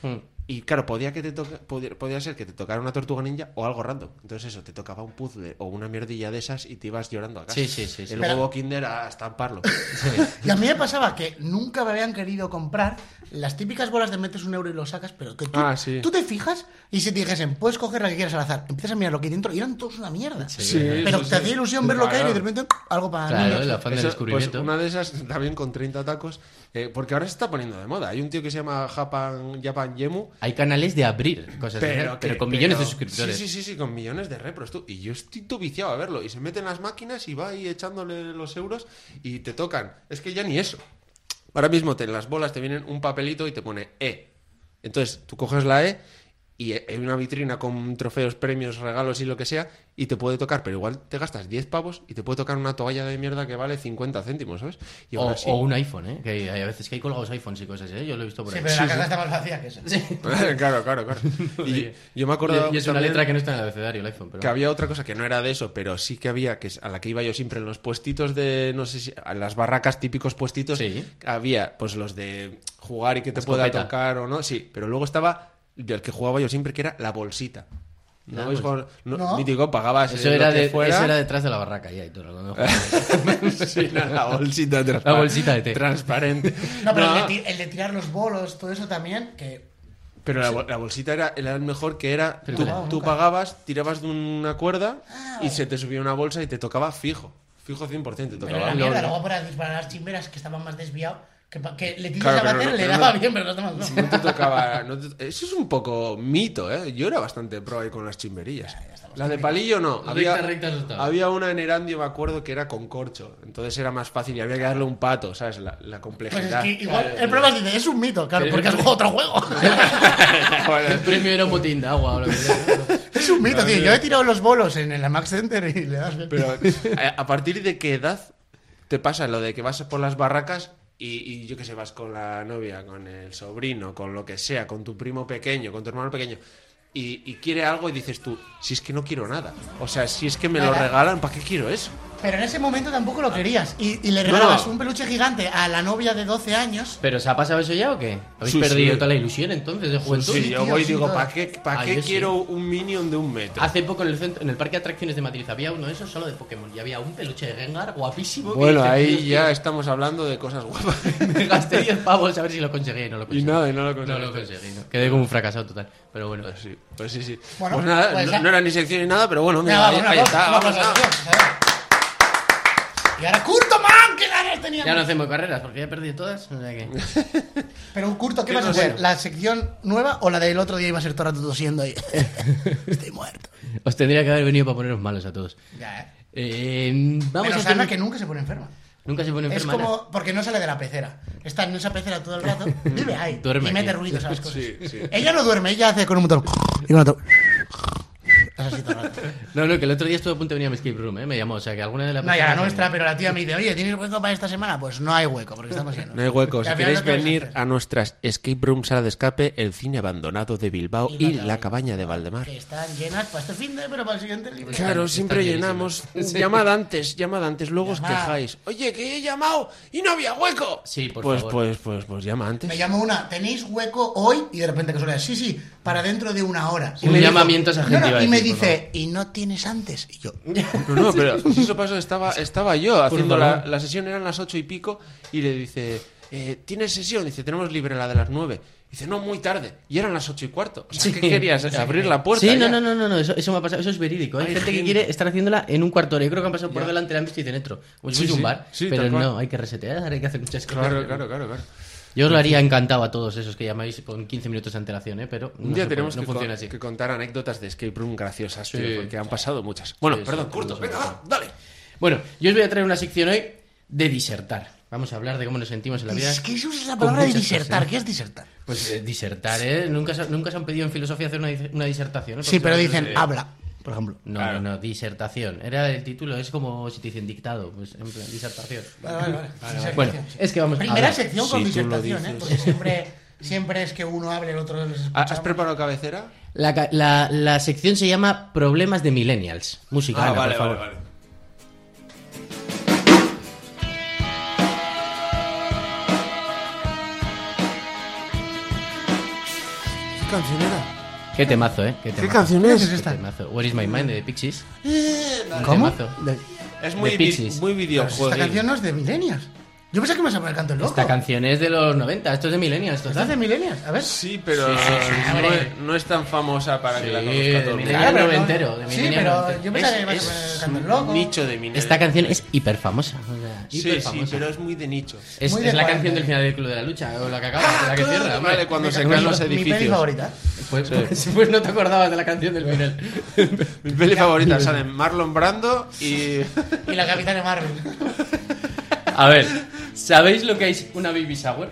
S4: Y claro, podía, que te toca- podía, podía ser que te tocara una tortuga ninja o algo random. Entonces eso, te tocaba un puzzle o una mierdilla de esas y te ibas llorando a casa.
S5: Sí, sí, sí, sí.
S4: El
S3: Pero-
S4: huevo kinder a estamparlo.
S3: Y a mí me pasaba que nunca me habían querido comprar las típicas bolas de metes un euro y lo sacas, pero que tú,
S4: Ah, sí.
S3: tú te fijas y si te dijesen, puedes coger la que quieras al azar, empiezas a mirar lo que hay dentro y eran todos una mierda. pero
S4: Eh, eso
S3: te
S4: sí.
S3: hacía ilusión ver lo que hay y de
S4: Claro.
S3: repente algo para
S5: Claro,
S3: niños.
S5: el afán del
S4: Eso,
S5: descubrimiento.
S4: Pues una de esas también con 30 tacos. eh, porque ahora se está poniendo de moda. Hay un tío que se llama Japan, Japan Yemu.
S5: Hay canales de abrir cosas de esas,
S4: Pero, que-
S5: pero con millones de
S4: pero-
S5: suscriptores.
S4: Sí, sí, sí, sí, con millones de repros. Tú. Y yo estoy todo viciado a verlo. Y se meten las máquinas y va ahí echándole los euros y te tocan. Es que ya ni eso. Ahora mismo te, en las bolas te vienen un papelito y te pone E. Entonces tú coges la E y hay una vitrina con trofeos, premios, regalos y lo que sea y te puede tocar, pero igual te gastas 10 pavos y te puede tocar una toalla de mierda que vale 50 céntimos, ¿sabes? Y
S5: O,
S4: ahora sí.
S5: o un iPhone, ¿eh? Que hay, hay a veces que hay colgados iPhones y cosas, ¿eh? Yo lo he visto por
S3: Sí,
S5: ahí.
S3: pero la caja está más vacía que eso.
S4: claro, claro, claro. Y yo me acuerdo
S5: Y, y es una
S4: también-
S5: letra que no está en el abecedario, el iPhone. Pero...
S4: Que había otra cosa que no era de eso, pero sí que había, que es a la que iba yo siempre en los puestitos de, no sé si, a las barracas típicos puestitos,
S5: Sí.
S4: había pues los de jugar y que te pueda
S5: escopeta.
S4: tocar o no, sí, pero luego estaba del que jugaba yo siempre, que era la bolsita. No, habéis jugado- no,
S3: No.
S4: mítico, pagabas
S5: Ah, pues, Eso,
S4: eh,
S5: era
S4: lo que
S5: de,
S4: fuera.
S5: eso era detrás de la barraca, ya. Y todo, cuando jugabas.
S4: Sí, era la bolsita transparente.
S5: La bolsita de té.
S4: Transparente.
S3: No, pero
S4: No,
S3: El, de ti- el de tirar los bolos, todo eso también, que
S4: pero la, bol- la bolsita era, era el mejor que era.
S5: Pero
S4: tú,
S5: no,
S4: tú pagabas, tirabas de una cuerda
S3: Ah,
S4: y se te subía una bolsa y te tocaba fijo. Fijo 100% te
S3: pero
S4: tocaba.
S3: la
S5: Lo-
S3: mierda,
S5: lo-
S3: luego para disparar las chimberas que estaban más desviados, que, pa- que le tiras
S4: Claro,
S3: a
S4: pero no-
S3: bater le
S4: pero
S3: daba
S4: no-
S3: bien, pero los demás no.
S4: No te tocaba. no te- eso es un poco mito, ¿eh? Yo era bastante pro ahí con las chimberillas. la de palillo no.
S5: Recta,
S4: Había,
S5: recta, eso estaba.
S4: había una en Erandio, me acuerdo, que era con corcho. Entonces era más fácil y había que darle un pato, ¿sabes? La, la
S3: Pues es
S4: complejidad.
S3: que igual el problema dice, es un mito, claro, porque has jugado otro juego.
S5: El premio era un botín de agua o lo que sea.
S3: es un mito, tío. Yo he tirado los bolos en el Max Center y le das...
S4: Pero a, a partir de qué edad te pasa lo de que vas por las barracas y, y yo qué sé, vas con la novia, con el sobrino, con lo que sea, con tu primo pequeño, con tu hermano pequeño. Y, y quiere algo y dices tú, si es que no quiero nada. O sea, si es que me lo
S3: Nada.
S4: regalan, ¿para qué quiero eso?
S3: Pero en ese momento tampoco lo querías. Y, y le regalabas
S4: No.
S3: un peluche gigante a la novia de 12 años.
S5: ¿Pero se ha pasado eso ya o qué? ¿Habéis
S4: Sí,
S5: perdido
S4: sí.
S5: toda la ilusión entonces de juventud?
S4: Pues Sí, yo
S3: tío,
S4: voy y
S3: sí,
S4: digo,
S3: todo.
S4: ¿para qué, pa'
S5: Ah,
S4: qué
S5: yo sí.
S4: quiero un minion de un metro?
S5: Hace poco en el centro, en el parque de atracciones de Madrid había uno de esos solo de Pokémon y había un peluche de Gengar guapísimo. que
S4: bueno,
S5: dices,
S4: ahí
S5: "Dios,
S4: ya estamos hablando de cosas guapas.
S5: Me gasté 10 pavos a ver si lo conseguí y no lo
S4: y
S5: conseguí.
S4: nada, y no lo
S5: No
S4: conseguí.
S5: lo conseguí, no. Quedé como un fracasado total. Pero bueno.
S4: Pues sí, pues sí, sí.
S3: Bueno,
S4: pues nada,
S3: pues
S4: no,
S3: ya.
S4: no era ni sección ni nada, pero bueno, mira,
S3: Venga,
S4: ahí,
S3: vamos,
S4: ahí
S3: vamos,
S4: está.
S3: vamos,
S4: vamos, nada.
S3: vamos, a ver. Y ahora Curto, man, qué ganas teníamos.
S5: Ya no hacemos carreras porque ya he perdido todas. o sea que-
S3: Pero Curto, ¿qué,
S4: ¿Qué
S3: vas a
S4: nos
S3: hacer?
S4: vemos?
S3: ¿La sección nueva o la del otro día iba a ser todo el rato tosiendo ahí? Estoy muerto.
S5: Os tendría que haber venido para poneros malos a todos.
S3: Ya, eh.
S5: Eh, vamos
S3: Menos
S5: a hacer...
S3: Ana, que nunca se pone enferma.
S5: Nunca se pone
S3: Es
S5: enferma. Ana.
S3: como porque no sale de la pecera. Está en esa pecera todo el rato, vive ahí
S5: Duerme
S3: y mete
S5: aquí.
S3: ruidos a las cosas.
S4: Sí, sí.
S3: Ella no duerme, ella hace con un botón y con otro. Así todo el rato.
S5: No, no, que el otro día estuve a punto de venir a mi escape room, ¿eh? Me llamó, o sea que alguna de las...
S3: No, ya la
S5: personas-
S3: nuestra, pero la tía me dice, oye, ¿tienes hueco para esta semana? Pues no hay hueco, porque estamos llenos.
S4: No hay huecos.
S3: Y
S4: Si
S3: al final
S4: queréis
S3: no quieres
S4: venir
S3: hacer.
S4: a nuestras escape room, sala de escape, el cine abandonado de Bilbao
S3: Y
S4: y
S3: Valdemar.
S4: la cabaña de Valdemar.
S3: Que están llenas para este fin de, pero para el siguiente libre.
S4: Claro,
S5: Está
S4: siempre
S5: llenísimo.
S4: llenamos. Llamad antes, llamad antes, luego os
S3: Llamad.
S4: quejáis. Oye, que he llamado y no había hueco.
S5: Sí, por
S4: pues,
S5: favor.
S4: Pues, pues, pues llama antes.
S3: Me llamó una, ¿tenéis hueco hoy? Y de repente casualidad, sí, sí, para dentro de una hora. Y
S5: Un
S3: me dijo-
S5: llamamiento a esa gente
S3: No, no,
S5: iba a
S3: y me
S5: decir, por
S3: dice, ¿y no tienes antes? Y yo,
S4: No, no, pero si eso pasó, estaba, estaba yo haciendo
S5: favor.
S4: la, la sesión, eran las ocho y pico, y le dice, eh, ¿tienes sesión? Dice, tenemos libre la de las nueve. Dice, no, muy tarde. Y eran las ocho y cuarto. O sea, ¿qué querías? ¿Abrir la puerta?
S5: Sí, no,
S4: ya?
S5: no, no, no, no, eso, eso me ha pasado, eso es verídico. Hay,
S4: Hay
S5: gente, que
S4: gente.
S5: quiere estar haciéndola en un cuarto hora. Yo creo que han pasado por
S4: Ya.
S5: delante la han visto y dentro. Como si
S4: Sí,
S5: fuese un
S4: sí.
S5: bar.
S4: Sí,
S5: pero
S4: tal cual.
S5: no, hay que resetear, hay que hacer muchas cosas.
S4: Claro, claro, claro, claro.
S5: Yo os lo haría encantado a todos esos que llamáis con 15 minutos de antelación, ¿eh? Pero
S4: Un
S5: no
S4: día
S5: se puede,
S4: tenemos
S5: no
S4: que,
S5: funciona
S4: con-
S5: así.
S4: que contar anécdotas de escape room graciosas, tío,
S5: Sí.
S4: porque han pasado muchas. Bueno,
S5: Sí, sí,
S4: perdón,
S5: sí,
S4: Curto,
S5: sí,
S4: venga,
S5: sí.
S4: va, dale.
S5: Bueno, yo os voy a traer una sección hoy de disertar. Vamos a hablar de cómo nos sentimos en la vida.
S3: Es que eso es la
S5: con ¿eh?
S3: palabra de
S5: mucha
S3: disertar.
S5: pasión.
S3: ¿Qué es disertar?
S5: Pues eh, disertar, ¿eh? Nunca se, nunca se han pedido en filosofía hacer una, dis- una disertación. ¿eh?
S3: Sí, pero
S5: Porque-
S3: dicen,
S5: eh,
S3: habla, por ejemplo.
S5: No, no, no, disertación. Era el título, es como si te dicen dictado, pues en plan, disertación. Bueno, es que vamos a
S3: Primera
S5: hablar.
S3: sección con disertación, ¿eh? Porque siempre, siempre es que uno hable, el otro les
S5: Ah,
S3: escucha.
S4: ¿Has preparado cabecera?
S5: La, ca- la- la sección se llama Problemas de Millennials.
S4: Ah,
S5: Música, Ana, por favor.
S4: ¿Qué canción era?
S5: Qué temazo, ¿eh? Qué Mm. temazo.
S4: ¿Qué canción
S3: ¿Qué es
S4: es?
S5: Qué
S3: esta?
S5: temazo. Where is my mind de The Pixies.
S3: ¿Cómo?
S5: Temazo.
S3: De-
S4: Es muy,
S5: The
S4: vi-
S5: Pixies.
S4: muy videojuego.
S3: Esta canción no es de milenias. Yo pensé que me vas a poner canto el loco.
S5: Esta canción es de los 90, esto es de Millennials,
S3: ¿Esta es de
S5: total.
S3: milenias? A ver.
S4: Sí, pero
S5: Sí, sí, sí,
S4: no,
S5: hombre.
S4: es, no es tan famosa para
S5: Sí,
S4: que la conozca todo el mundo.
S5: de
S3: Ya, pero no-
S5: noventero, de
S3: Sí,
S5: milenial
S3: pero
S5: noventero.
S3: yo
S4: Es,
S3: pensaba que me ibas a poner
S4: es
S3: canto el
S4: un
S3: loco.
S4: nicho de minero.
S5: Esta canción es hiper famosa. O sea,
S4: Sí,
S5: hiper
S4: sí,
S5: famosa.
S4: pero es muy de nicho.
S5: Es,
S3: Muy
S5: es
S3: de
S5: la
S3: cuarenta.
S5: canción del final del Club de la Lucha, o la que acaba, la que cierra. hombre.
S4: Vale, cuando
S3: Mi-
S4: se
S3: mi-
S4: caen los
S3: Mi peli
S4: edificios.
S3: favorita.
S5: Pues, pues- pues no te acordabas de la canción del final.
S4: Mi peli favorita salen Marlon Brando y.
S3: Y la capitana Marvel.
S5: A ver, ¿sabéis lo que es una baby shower?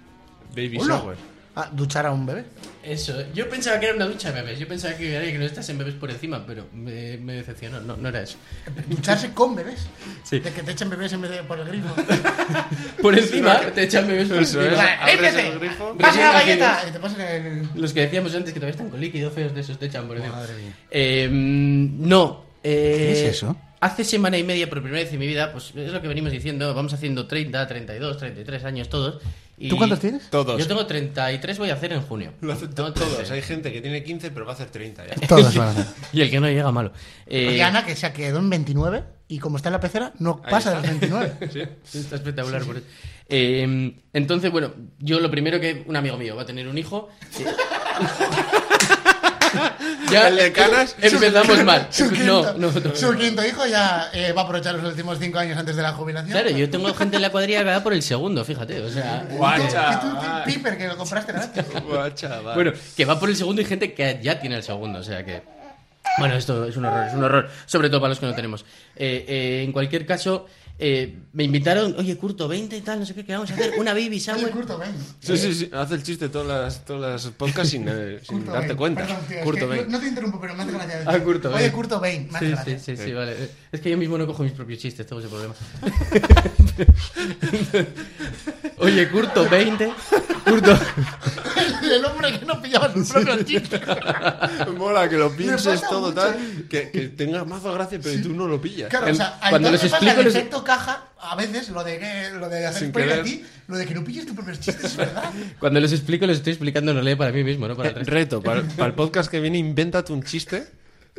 S4: Baby
S3: Hola.
S4: Shower.
S3: Ah, duchar a un bebé.
S5: Eso, yo pensaba que era una ducha de bebés, yo pensaba que era que no estás en bebés por encima, pero me, me decepcionó, no, no era eso.
S3: Ducharse con bebés.
S5: Sí.
S3: De que te echen bebés en vez de por el grifo.
S5: Por encima te echan bebés por
S4: Eso es.
S5: encima.
S4: Abres
S3: ¡Límpiate!
S4: el grifo.
S3: ¡Pasa la
S5: Recién
S3: galleta!
S5: nacidos.
S3: Y te pasan el...
S5: Los que decíamos antes que todavía están con líquido feos de esos te echan por encima.
S3: Madre mía.
S5: Eh, mm, no. eh,
S3: ¿Qué es eso?
S5: Hace semana y media, por primera vez en mi vida, pues es lo que venimos diciendo, vamos haciendo 30, 32, 33 años todos. y-
S3: ¿Tú cuántos tienes?
S4: Todos.
S5: Yo tengo 33, voy a hacer en junio.
S4: Lo hacen
S5: Tengo
S4: todos. eh.
S5: 13.
S4: Hay gente que tiene 15, pero va a hacer 30 ya.
S3: Todos van a hacer.
S5: Y el que no llega, malo.
S3: Pues
S5: Eh,
S3: Y Ana, que se ha quedado en 29 y como está en la pecera, no
S4: Ahí
S3: pasa de
S4: está.
S3: los 29.
S4: Sí.
S5: Está espectacular. por eso. Eh, entonces, bueno, yo lo primero que un amigo mío va a tener un hijo. eh, ya em,
S4: ¿El de canas?
S5: empezamos mal. No, no, no.
S3: Su quinto hijo ya eh, va a aprovechar los últimos 5 años antes de la jubilación.
S5: Claro, yo tengo gente en la cuadrilla que va por el segundo, fíjate. O sea,
S3: Que
S4: Guacha.
S3: tú, Piper, que lo compraste la vez.
S4: Guacha, va.
S5: bueno, que va por el segundo y gente que ya tiene el segundo, o sea que. Bueno, esto es un horror, es un horror, sobre todo para los que no tenemos. Eh, eh, en cualquier caso, eh, me invitaron, oye, Curto, 20 y tal, no sé qué, que vamos a hacer una baby
S3: Oye,
S5: shower.
S3: Curto, ven.
S4: Sí, sí, sí. Hace el chiste todas las, todas las podcasts sin, eh, sin
S3: Curto,
S4: darte
S3: ven.
S4: cuenta.
S3: Perdón, tío, es
S4: Curto,
S3: que
S4: ven.
S3: No te interrumpo, pero me hace gracia.
S5: Ah, Curto,
S3: Oye,
S5: ven.
S3: Curto, ven. Me hace
S5: Sí, sí,
S3: gracia.
S5: sí, sí, vale. Es que yo mismo no cojo mis propios chistes, tengo ese problema. Oye, Curto, 20. Curto.
S3: El hombre que no pillaba sus propios chistes.
S4: Mola que lo
S3: Me
S4: pinches
S3: pasa
S4: todo
S3: mucho.
S4: tal, que, que tenga mazo gracia, pero tú no lo pillas.
S3: Claro, o sea, a
S5: Cuando
S3: Aitor
S5: les
S3: le pasa
S5: explico,
S3: el
S5: les-
S3: efecto caja, a veces lo de, que- lo de hacer
S4: Sin
S3: spoiler a
S4: querer.
S3: ti, lo de que no pilles tus propios chistes, es verdad.
S5: Cuando les explico, les estoy explicando, no lee para mí mismo, no para el resto.
S4: Reto, para, para el podcast que viene, invéntate un chiste,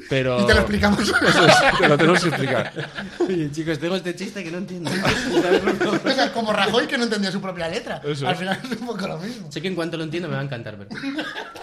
S4: pero.
S3: Y te lo explicamos.
S4: Eso es, te lo tenemos que explicar.
S5: Oye, chicos, tengo este chiste que no entiendo.
S3: o sea, como Rajoy que no entendía su propia letra.
S4: Eso
S3: Al
S4: es.
S3: final es un poco lo mismo.
S5: sé que en cuanto lo entiendo me va a encantar, pero.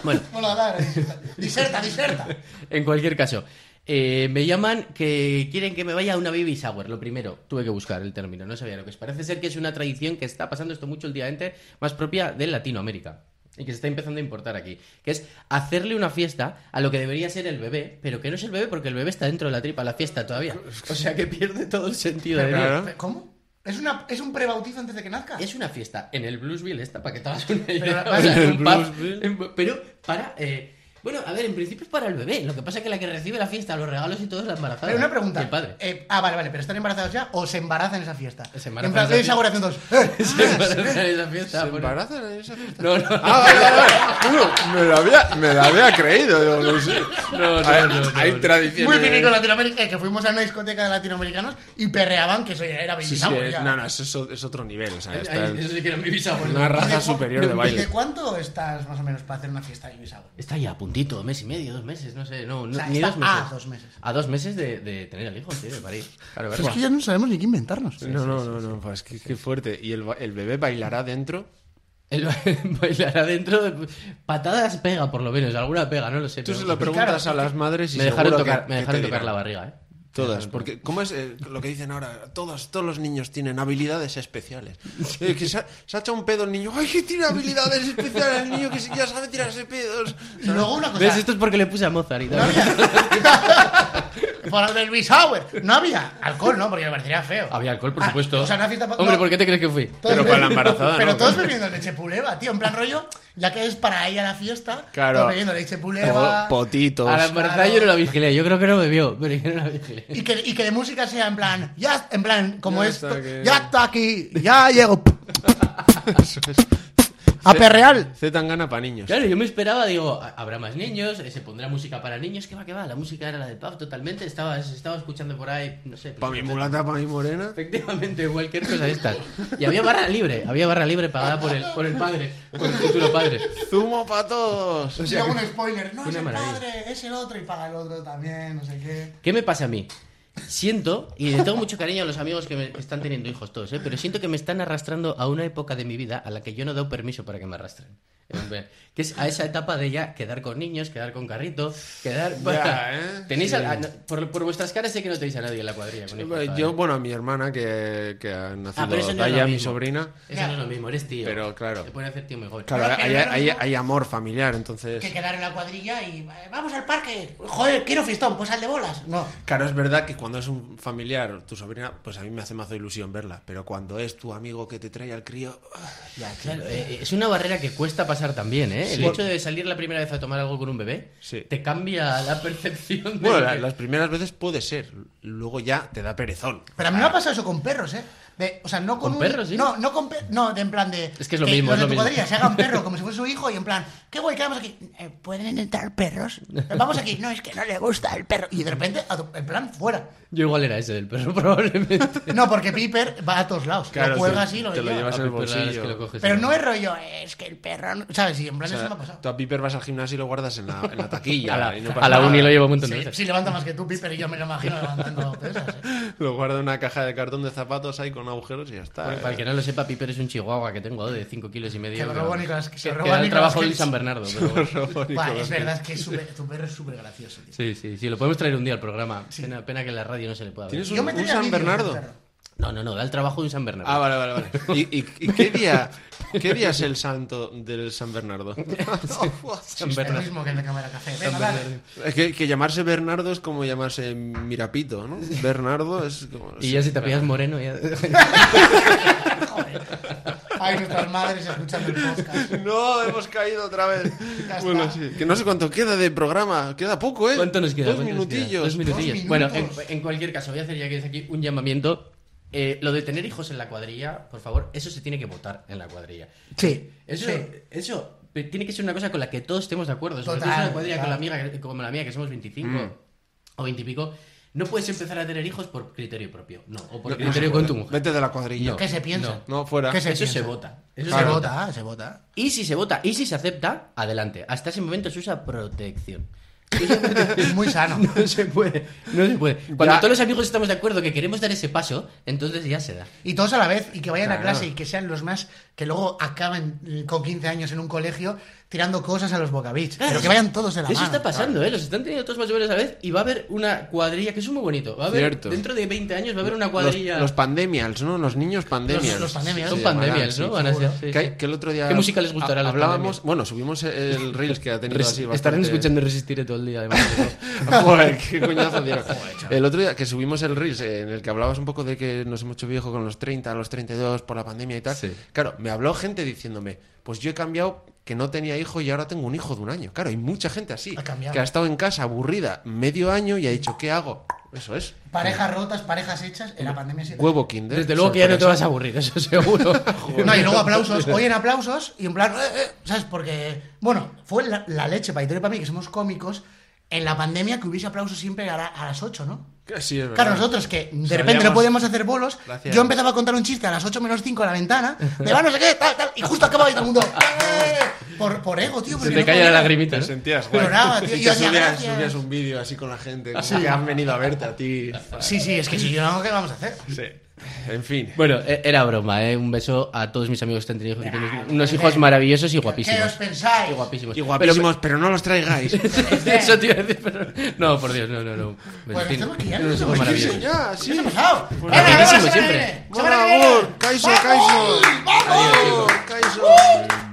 S5: Bueno,
S3: Mola, dale, diserta. diserta, diserta.
S5: en cualquier caso. eh, me llaman que quieren que me vaya a una baby shower. Lo primero, tuve que buscar el término, no sabía lo que es. Parece ser que es una tradición que está pasando esto mucho últimamente, más propia de Latinoamérica y que se está empezando a importar aquí. Que es hacerle una fiesta a lo que debería ser el bebé, pero que no es el bebé porque el bebé está dentro de la tripa, la fiesta todavía. O sea que pierde todo el sentido. de vida.
S4: Claro.
S3: ¿Cómo? ¿Es, una, ¿Es un prebautizo antes de que nazca?
S5: Es una fiesta en el Bluesville, esta, para que te hagas una idea.
S3: Pero-
S5: O sea,
S4: En el
S5: en un pub,
S4: Bluesville.
S5: en- pero para. eh, bueno, a ver, en principio es para el bebé. Lo que pasa es que la que recibe la fiesta, los regalos y todo es la embarazada.
S3: Pero una
S5: Y
S3: pregunta.
S5: El padre.
S3: Eh, ah, vale, vale, pero están embarazados ya o se embarazan en esa fiesta.
S5: Se embarazan
S3: En plan,
S5: en esa
S3: esa hora hacen dos. ¡Eh!
S5: Se embarazan en esa fiesta.
S4: ¿Se
S5: bueno.
S4: embarazan en esa fiesta?
S5: No, no.
S4: Ah, vale, vale, vale. Bueno, me lo había, me lo había creído, digo, no sé.
S5: No, no,
S4: hay,
S5: no, no,
S4: hay
S5: no.
S4: tradiciones.
S3: Eh, Muy típico latinoamericano, eh, que fuimos a una discoteca de latinoamericanos y perreaban que eso ya era
S4: Sí, sí,
S3: baby shower,
S4: es-
S3: ya.
S4: no, no, eso es, o- es otro nivel. O sea,
S5: Ay,
S4: está
S5: eso sí que era mi bisabuelo.
S4: una
S3: ¿Y de
S4: raza
S3: cu-
S4: superior de
S3: ¿Y de
S4: baile.
S3: cuánto estás más o menos para hacer una fiesta de baby shower?
S5: Está ya a puntito, mes y medio, dos meses, no sé. No, no,
S3: O sea,
S5: ni
S3: está
S5: dos meses.
S3: a dos meses.
S5: A dos meses de, de tener el hijo, tío, de parir. Claro, claro.
S3: ya no sabemos ni qué inventarnos.
S4: No, no, no, no, pues qué, qué fuerte. ¿Y el, ba- el bebé bailará dentro?
S5: Él bailará dentro. de- Patadas pega, por lo menos. Alguna pega, no lo sé.
S4: Tú
S5: pero-
S4: se lo preguntas a las madres y
S5: me dejaron
S4: seguro que-
S5: tocar, me
S4: que te
S5: dejaron tocar
S4: dirán.
S5: la barriga, eh.
S4: Todas, porque ¿cómo es eh, lo que dicen ahora? Todos, todos los niños tienen habilidades especiales. Eh, que se ha, se ha echado un pedo el niño. ¡Ay, que tiene habilidades especiales el niño que ya sabe tirarse pedos!
S3: Y luego una cosa.
S5: ¿Ves? Esto es porque le puse a Mozart y tal.
S3: no había-
S4: este-
S3: por el del Bisauer. No había alcohol, ¿no? Porque me parecería feo.
S5: Había alcohol, por
S3: Ah,
S5: supuesto.
S3: O
S4: pues
S3: sea, una fiesta pa-
S5: Hombre,
S3: no,
S5: ¿por qué te crees que fui?
S3: todos
S4: Pero para la embarazada,
S3: Pero
S4: ¿no?
S3: todos bebiendo leche puleva, tío. En plan rollo, ya que es para ella la fiesta,
S4: Claro.
S3: todos bebiendo leche puleva.
S4: Potitos.
S5: A la embarazada
S3: claro.
S5: yo no la vigilé. Yo creo que no bebió, pero yo no la vigilé.
S3: Y que, y que de música sea en plan, ya, en plan, como
S4: Ya
S3: es,
S4: está aquí.
S3: ya está aquí, ya llego. A Perreal.
S4: Z Tangana para niños.
S5: Claro, yo me esperaba, digo, "Ah, habrá más niños, eh, se pondrá música para niños, que va, que va, la música era la de Paf totalmente, estaba, estaba escuchando por ahí, no sé, pues,
S4: Pa' mi mulata, pa' mi morena.
S5: efectivamente cualquier cosa de estas. Y había barra libre, había barra libre pagada por el, por el padre, por el futuro padade
S4: Zumo para todos.
S3: Y luego un spoiler, no, es
S5: Una
S3: el
S5: maravilla.
S3: padre, es el otro, y paga el otro también, no sé qué.
S5: ¿Qué me pasa a mí? Siento, y le tengo mucho cariño a los amigos que me- que están teniendo hijos todos, ¿eh? pero siento que me están arrastrando a una época de mi vida a la que yo no he dado permiso para que me arrastren. En plan, Que es a esa etapa de ya quedar con niños, quedar con carrito, quedar.
S4: Ya, ¿eh?
S5: Tenéis a- a- no- por, por vuestras caras sé que no tenéis a nadie en la cuadrilla. Con hijos, todavía.
S4: Yo, bueno, a mi hermana que, que ha nacido
S5: Ah, pero eso no es
S4: Daya,
S5: lo
S4: mi
S5: mismo.
S4: sobrina.
S5: Eso no es lo mismo, eres tío.
S4: Pero, claro.
S5: Te puede hacer tío mejor.
S4: Claro,
S3: Pero que
S4: hay,
S3: no es lo
S4: hay-
S3: mismo.
S4: hay amor familiar, entonces.
S3: Que quedar en la cuadrilla y eh, vamos al parque. Joder, quiero fiestón, pues al de bolas. No.
S4: Claro, es verdad que cuando es un familiar, tu sobrina, pues a mí me hace mazo ilusión verla. Pero cuando es tu amigo que te trae al crío. ah,
S5: Ya, claro, eh, es una barrera que cuesta pasar también, ¿eh? El hecho de salir la primera vez a tomar algo con un bebé
S4: Sí.
S5: te cambia la percepción de.
S4: Bueno,
S5: lo
S4: la-
S5: que-
S4: las primeras veces puede ser. Luego ya te da perezón.
S3: Pero a mí me ha pasado eso con perros, ¿eh? De- o sea, no con,
S5: ¿Con
S3: un-
S5: perros, sí?
S3: No, no con perros. No, de en plan de.
S5: Es que es lo
S3: los
S5: mismo, es
S3: de
S5: lo
S3: tu
S5: mismo.
S3: cuadrilla se hagan perro como si fuese su hijo y en plan, qué guay, quedamos aquí. Eh, ¿Pueden entrar perros? Vamos aquí. No, es que no le gusta el perro. Y de repente, a tu- en plan, fuera.
S5: Yo igual era ese del perro, probablemente.
S3: No, porque Piper va a todos lados.
S4: Claro,
S3: lo cuelga
S4: sí,
S3: así y Ah, lo
S4: te lo
S3: lleva.
S4: llevas en el
S5: Pero la verdad es
S4: bolsillo.
S5: que lo coges
S3: Pero
S5: y-
S3: no es rollo, es que el perro. no-". ¿Sabes? Y en plan,
S4: O sea,
S3: eso me ha pasado.
S4: tú a Piper vas al gimnasio y lo guardas en la, en la taquilla.
S5: a la,
S4: y no
S5: a
S4: pasa
S5: la
S4: nada.
S5: uni lo llevo un montón de
S3: Sí,
S5: veces.
S3: sí, levanta más que tú, Piper, y yo me lo imagino levantando pesas. ¿eh?
S4: Lo guardo en una caja de cartón de zapatos ahí con agujeros y ya está.
S5: Porque
S4: eh.
S5: para el que no lo sepa, Piper es un chihuahua que tengo de 5 kilos y medio.
S3: Que lo
S5: pero-
S3: robó Nicolás- que se
S5: que
S3: robó
S5: da el
S3: Nicolás
S5: trabajo de
S3: Cage.
S5: San Bernardo. pero bueno.
S3: Buah, es verdad que es súper- tu perro es súper gracioso. tío.
S5: Sí, sí, sí, lo podemos traer un día al programa. Pena, pena que en la radio no se le pueda ver.
S4: ¿Tienes
S3: Yo
S4: un, un
S3: metería
S4: San
S3: vídeos del
S4: Bernardo?
S3: perro.
S5: No, no, no, da el trabajo de un San Bernardo.
S4: Ah, vale, vale, vale. ¿Y, y- y qué, día, qué día es el santo del San Bernardo?
S5: San
S3: Es lo
S5: Bernardo.
S3: mismo que el de cámara café. Venga, dale.
S4: Es que, que llamarse Bernardo es como llamarse Mirapito, ¿no? Bernardo es como...
S5: Y ya si te pillas moreno, ya.
S3: Joder. Ay, nuestras madres escuchando el podcast.
S4: No, hemos caído otra vez.
S3: Ya
S4: Bueno,
S3: está.
S4: sí. Que no sé cuánto queda de programa. Queda poco, ¿eh?
S5: ¿Cuánto nos queda?
S4: Dos
S5: ¿Cuánto nos queda?
S4: minutillos.
S5: Dos minutillos.
S3: Dos
S5: bueno, en,
S3: minutos.
S5: en cualquier caso, voy a hacer ya que es aquí un llamamiento. Eh, lo de tener hijos en la cuadrilla, por favor, eso se tiene que votar en la cuadrilla.
S3: Sí,
S5: Eso,
S3: sí.
S5: eso eh, tiene que ser una cosa con la que todos estemos de acuerdo. Sobre
S3: Total,
S5: todo en una cuadrilla con la
S3: total.
S5: amiga, que- como la mía, que somos 25 o 20 y pico. No puedes empezar a tener hijos por criterio propio. No, o por
S4: No, no se
S5: criterio
S4: puede.
S5: con tu mujer.
S4: Vete de la cuadrilla.
S5: No.
S3: ¿Qué se piensa?
S4: No, fuera.
S3: ¿Qué se
S5: Eso se
S3: piensa?
S5: vota. Eso
S3: Se
S5: se vota.
S3: vota, se vota.
S5: Y si se vota y si se acepta, adelante. Hasta ese momento se usa protección.
S3: Es muy sano.
S5: No se puede, no se puede. Cuando todos los amigos estamos de acuerdo que queremos dar ese paso, entonces ya se da.
S3: Y todos a la vez, y que vayan a
S4: Claro.
S3: clase y que sean los más que luego acaben eh, con 15 años en un colegio tirando cosas a los bocabits. Pero que vayan todos de la
S5: Eso
S3: mano.
S5: está pasando, ¿eh? Los están teniendo todos más o menos a la vez y va a haber una cuadrilla, que eso es muy bonito. Va a haber,
S4: Cierto.
S5: Dentro de 20 años va a haber una
S4: Los,
S5: cuadrilla...
S4: los pandemials, ¿no? Los niños pandemials.
S3: Los- los pandemials.
S5: Son
S3: sí,
S5: pandemias, ¿no? Van a ser,
S3: seguro.
S5: sí,
S4: Que,
S5: sí.
S4: hay- que el otro día...
S5: ¿Qué música les gustará a los
S4: Hablábamos... Bueno, subimos el Reels que ha tenido
S5: Res-
S4: así bastante...
S5: Estarán escuchando Resistiré todo el día, además.
S4: Joder, qué coñazo dieron. El otro día que subimos el Reels eh, en el que hablabas un poco de que nos hemos hecho viejo con los 30, los 32 por la pandemia y tal.
S5: Sí.
S4: Claro, me habló gente diciéndome, pues yo he cambiado que no tenía hijo y ahora tengo un hijo de un año. Claro, hay mucha gente así,
S3: Ha cambiado.
S4: que ha estado en casa aburrida medio año y ha dicho, ¿qué hago? Eso es.
S3: Parejas rotas, parejas hechas, en la pandemia se
S4: Huevo kinder.
S5: Desde luego que ya no te vas a aburrir, eso seguro.
S3: No, y luego aplausos, oyen aplausos y en plan, eh, eh, ¿sabes? Porque, bueno, fue la, la leche para Hitor y para mí, que somos cómicos, en la pandemia que hubiese aplausos siempre a, la- a las 8, ¿no?
S4: Sí, es verdad.
S3: Claro, nosotros que de repente no
S4: Salíamos-
S3: podíamos hacer bolos,
S4: Gracias.
S3: yo empezaba a contar un chiste a las 8 menos 5 a la ventana, de va no sé qué, tal, tal, y justo acababa y todo el mundo, "Eh", por, por ego, tío.
S5: Se
S3: porque
S5: te
S3: no
S5: cae la
S3: podía.
S5: lagrimita,
S4: Te
S5: ¿no?
S4: sentías guay.
S3: Lloraba, tío,
S4: Y
S3: y
S4: que
S3: hacía
S4: subías,
S3: gracias.
S4: subías un vídeo así con la gente, como que han venido a verte a ti.
S3: Sí, sí, es que si yo no, ¿qué vamos a hacer?
S4: Sí. En fin.
S5: Bueno, e- era broma, ¿eh? Un beso a todos mis amigos que han tenido que tienen unos hijos maravillosos y
S3: ¿Qué os
S5: guapísimos.
S3: pensáis?
S5: Y guapísimos.
S4: Y guapísimos, pero, no los traigáis.
S5: Pero- eso te iba a decir, pero... No, por Dios, no, no, no.
S3: Pues
S5: Tiene-
S3: estamos aquí, ¿eh?
S5: unos hijos
S3: Pues sí,
S5: maravillosos.
S3: señor.
S4: Ya, sí.
S3: ¿Qué os ha pasado? Venga, nos vemos la
S5: Rapidísimo,
S3: semana que
S5: siempre.
S3: viene.
S4: Por
S3: Semana que viene.
S4: favor, Kaiso, Kaiso.
S3: ¡Vamos!
S4: Kaiso.